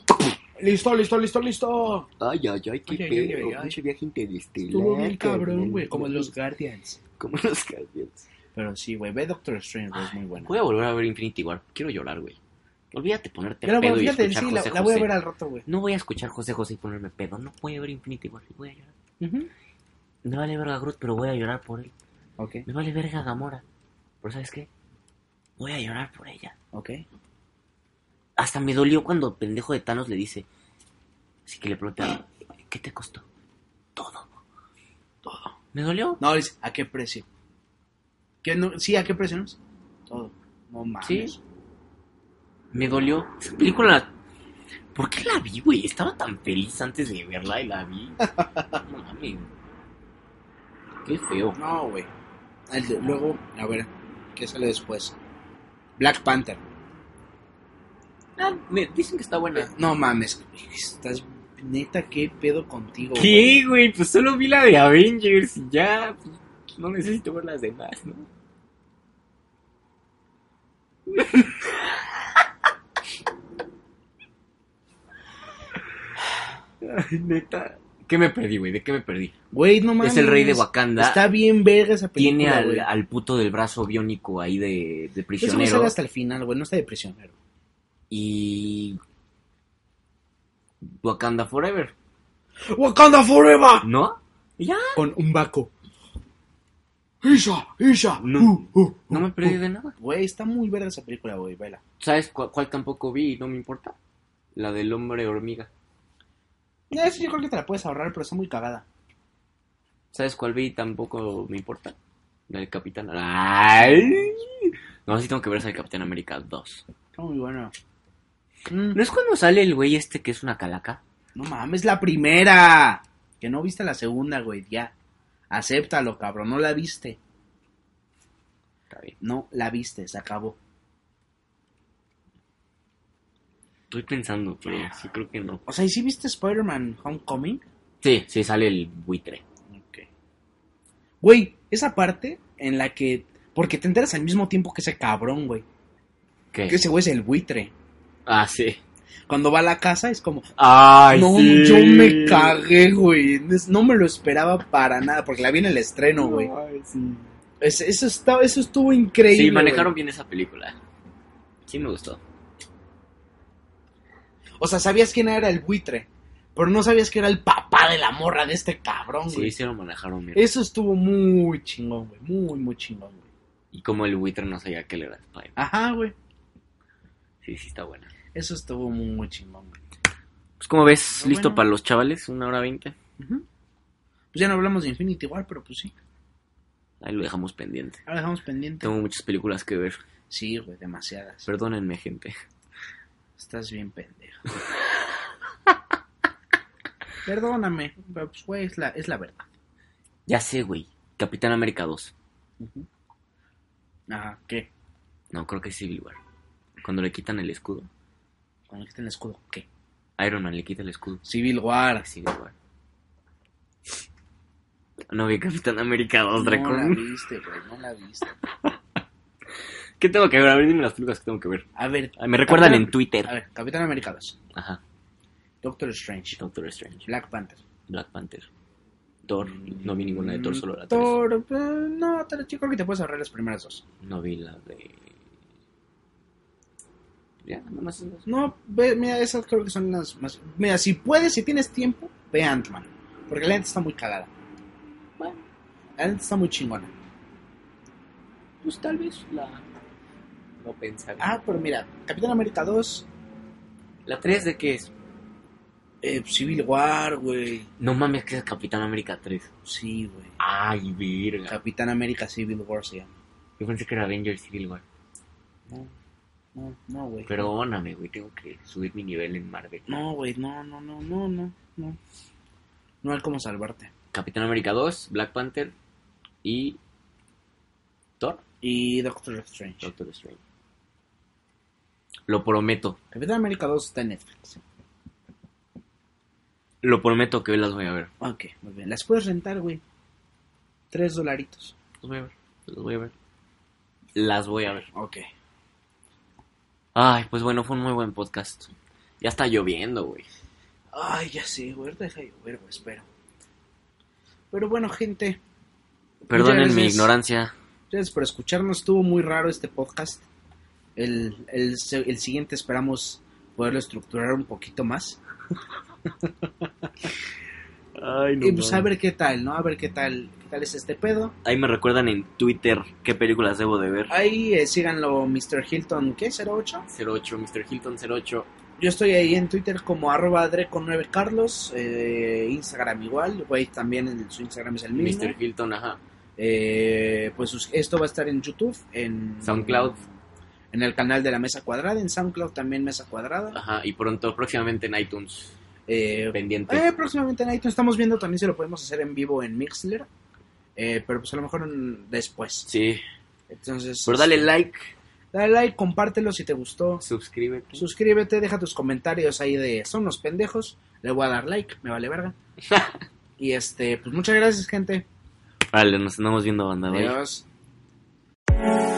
S1: Listo, listo, listo, listo.
S2: Ay, ay, ay, qué
S1: Ay, ay, ay,
S2: pedo.
S1: ay, ay.
S2: Pinche viaje interestelar.
S1: Estuvo bien cabrón,
S2: carnal.
S1: güey. Como los Guardians.
S2: Como los Guardians.
S1: Pero sí, güey. Ve Doctor Strange, güey. Es muy buena.
S2: Voy a volver a ver Infinity War. Quiero llorar, güey. Olvídate ponerte
S1: Pero, güey,
S2: pedo y
S1: fíjate,
S2: escuchar
S1: sí, la,
S2: José
S1: la voy a
S2: José.
S1: ver al rato, güey.
S2: No voy a escuchar José José y ponerme pedo. No voy a ver Infinity War. Voy a llorar. Me vale verga Groot, pero voy a llorar por él.
S1: Ok,
S2: Me vale verga Gamora. Pero ¿sabes qué? Voy a llorar por ella.
S1: ok.
S2: Hasta me dolió cuando el pendejo de Thanos le dice. Así que le pregunta, ¿qué te costó? Todo. Todo. ¿Me dolió?
S1: No, dice, ¿a qué precio? ¿Qué no? Sí, ¿a qué precio? no? Todo. No mames.
S2: Sí. Me dolió. Esa película. ¿Por qué la vi, güey? Estaba tan feliz antes de verla y la vi. No mames. Qué feo.
S1: No, güey. El de- Luego, a ver, ¿qué sale después? Black Panther.
S2: Ah, me dicen que está buena.
S1: No mames, estás neta qué pedo contigo.
S2: ¿Qué, güey? Pues solo vi la de Avengers y ya. pues, No necesito ver las demás, ¿no? Ay, neta. ¿Qué me perdí, güey? ¿De qué me perdí?
S1: Güey, no mames.
S2: es el rey de Wakanda.
S1: Está bien verga esa película.
S2: Tiene al,
S1: güey.
S2: al puto del brazo biónico ahí de, de
S1: Ese güey sale
S2: prisionero.
S1: hasta el final, güey, no está de prisionero.
S2: Y. Wakanda Forever,
S1: Wakanda Forever
S2: ¿no? Y Ya,
S1: con un Baco. Isha, Isha.
S2: No.
S1: uh, uh, uh,
S2: no me perdí de nada.
S1: uh. Güey, está muy verga esa película, güey, vela.
S2: ¿Sabes cu- cuál tampoco vi y no me importa? La del hombre hormiga.
S1: Ya, eso yo creo que te la puedes ahorrar, pero está muy cagada.
S2: ¿Sabes cuál vi y tampoco me importa? La del Capitán. ¡Ay! No, sí tengo que ver esa del Capitán América 2.
S1: Está muy buena. Mm,
S2: ¿No es cuando sale el güey este que es una calaca?
S1: No mames, la primera. Que no viste la segunda, güey, ya. Acéptalo, cabrón, no la viste.
S2: Está bien.
S1: No la viste, se acabó.
S2: Estoy pensando, pero sí creo que no.
S1: O sea, ¿y si viste Spider-Man Homecoming?
S2: Sí, sí sale el buitre.
S1: Güey, esa parte en la que... Porque te enteras al mismo tiempo que ese cabrón, güey.
S2: ¿Qué?
S1: Que ese güey es el buitre.
S2: Ah, sí.
S1: Cuando va a la casa es como...
S2: ¡Ay,
S1: no,
S2: sí!
S1: yo me cagué, güey. Es- No me lo esperaba para nada, porque la vi en el estreno, güey.
S2: Ay, sí.
S1: Es- Eso, está, eso estuvo increíble.
S2: Sí,
S1: güey.
S2: manejaron bien esa película. Sí me gustó.
S1: O sea, sabías quién era el buitre, pero no sabías que era el papá de la morra de este cabrón,
S2: Sí,
S1: güey.
S2: sí lo manejaron bien.
S1: Eso estuvo muy chingón, güey. Muy, muy chingón, güey.
S2: Y como el buitre no sabía que le era Spider.
S1: Ajá, güey.
S2: Sí, sí está buena.
S1: Eso estuvo muy, muy chingón, güey.
S2: Pues como ves,
S1: Pero
S2: listo
S1: bueno.
S2: para los chavales, una hora veinte.
S1: Ujú. Pues ya no hablamos de Infinity War, pero pues sí.
S2: Ahí lo dejamos pendiente.
S1: Ahora dejamos pendiente.
S2: Tengo muchas películas que ver.
S1: Sí, güey, demasiadas.
S2: Perdónenme, gente.
S1: Estás bien pendejo. Perdóname, pero pues, güey, es la, es la verdad.
S2: Ya sé, güey. Capitán América 2.
S1: Ujú. Ajá, ¿qué?
S2: No, creo que es Civil War. Cuando le quitan el escudo.
S1: Cuando le quiten el escudo, ¿qué?
S2: Iron Man le quita el escudo. Ah,
S1: Civil War.
S2: Civil War. No vi Capitán América 2,
S1: No la
S2: Dracón.
S1: viste, güey, no la viste.
S2: ¿Qué tengo que ver? A ver, dime las películas que tengo que ver.
S1: A ver,
S2: Ay, Me recuerdan
S1: Capitán-
S2: en Twitter.
S1: A ver, Capitán América 2,
S2: Ajá.
S1: Doctor Strange,
S2: Doctor Strange.
S1: Black Panther, Mm,
S2: Black Panther. Thor, no vi ninguna de Thor, solo la tres.
S1: Thor, eh, no, te, yo creo que te puedes ahorrar las primeras dos.
S2: No vi la de. Ya, nada más. esas.
S1: No, ve, mira, esas creo que son las más... Mira, si puedes, si tienes tiempo, ve Ant-Man. Porque la neta está muy cagada.
S2: Bueno,
S1: La neta está muy chingona.
S2: pues tal vez la. No pensaba.
S1: Ah, pero mira, Capitán América 2,
S2: ¿La 3 de qué es?
S1: eh, Civil War, güey.
S2: No mames, que es Capitán América 3.
S1: Sí, güey.
S2: Ay, verga.
S1: Capitán América Civil War se llama.
S2: Yo pensé que era Avengers Civil War.
S1: No, no, no, güey.
S2: Perdóname, güey, tengo que subir mi nivel en Marvel.
S1: No, güey, no, no, no, no, no, no. No hay cómo salvarte.
S2: Capitán América 2, Black Panther y. Thor,
S1: Y Doctor Strange.
S2: Doctor Strange. Lo prometo,
S1: Capitán América 2 está en Netflix.
S2: lo prometo que hoy las voy a ver.
S1: Ok, muy bien. Las puedes rentar, güey. Tres dolaritos.
S2: Las voy a ver, las voy a ver. Las voy a ver.
S1: Ok.
S2: Ay, pues bueno, fue un muy buen podcast. Ya está lloviendo, güey.
S1: Ay, ya sé, güey. ahorita Deja de llover, güey, espero. Pero bueno, gente.
S2: Perdonen
S1: Muchas
S2: mi
S1: gracias.
S2: ignorancia.
S1: Gracias por escucharnos. Estuvo muy raro este podcast. El, el, se- el siguiente esperamos poderlo estructurar un poquito más.
S2: Ay,
S1: y pues a ver qué tal, ¿no? A ver qué tal, qué tal es este pedo.
S2: Ahí me recuerdan en Twitter qué películas debo de ver.
S1: Ahí eh, síganlo, Mr. Hilton, ¿qué? ¿08?
S2: 08, Mr. Hilton 08.
S1: Yo estoy ahí en Twitter como arroba dreco9carlos, eh, Instagram igual, güey, también en su Instagram es el mismo.
S2: Mr. Hilton, ajá.
S1: Eh, pues sus- esto va a estar en YouTube, en
S2: SoundCloud,
S1: en el canal de la Mesa Cuadrada, en SoundCloud también Mesa Cuadrada.
S2: ajá. Y pronto, próximamente en iTunes.
S1: Eh,
S2: Pendiente.
S1: eh, próximamente en iTunes estamos viendo también si lo podemos hacer en vivo en Mixler, eh, pero pues a lo mejor en- después.
S2: Sí.
S1: Entonces,
S2: Pero dale like,
S1: dale like, compártelo si te gustó.
S2: suscríbete.
S1: Pues Suscríbete, deja tus comentarios ahí de son los pendejos. Le voy a dar like, me vale verga. y este, pues muchas gracias, gente.
S2: Vale, nos andamos viendo, banda. bye.
S1: Adiós.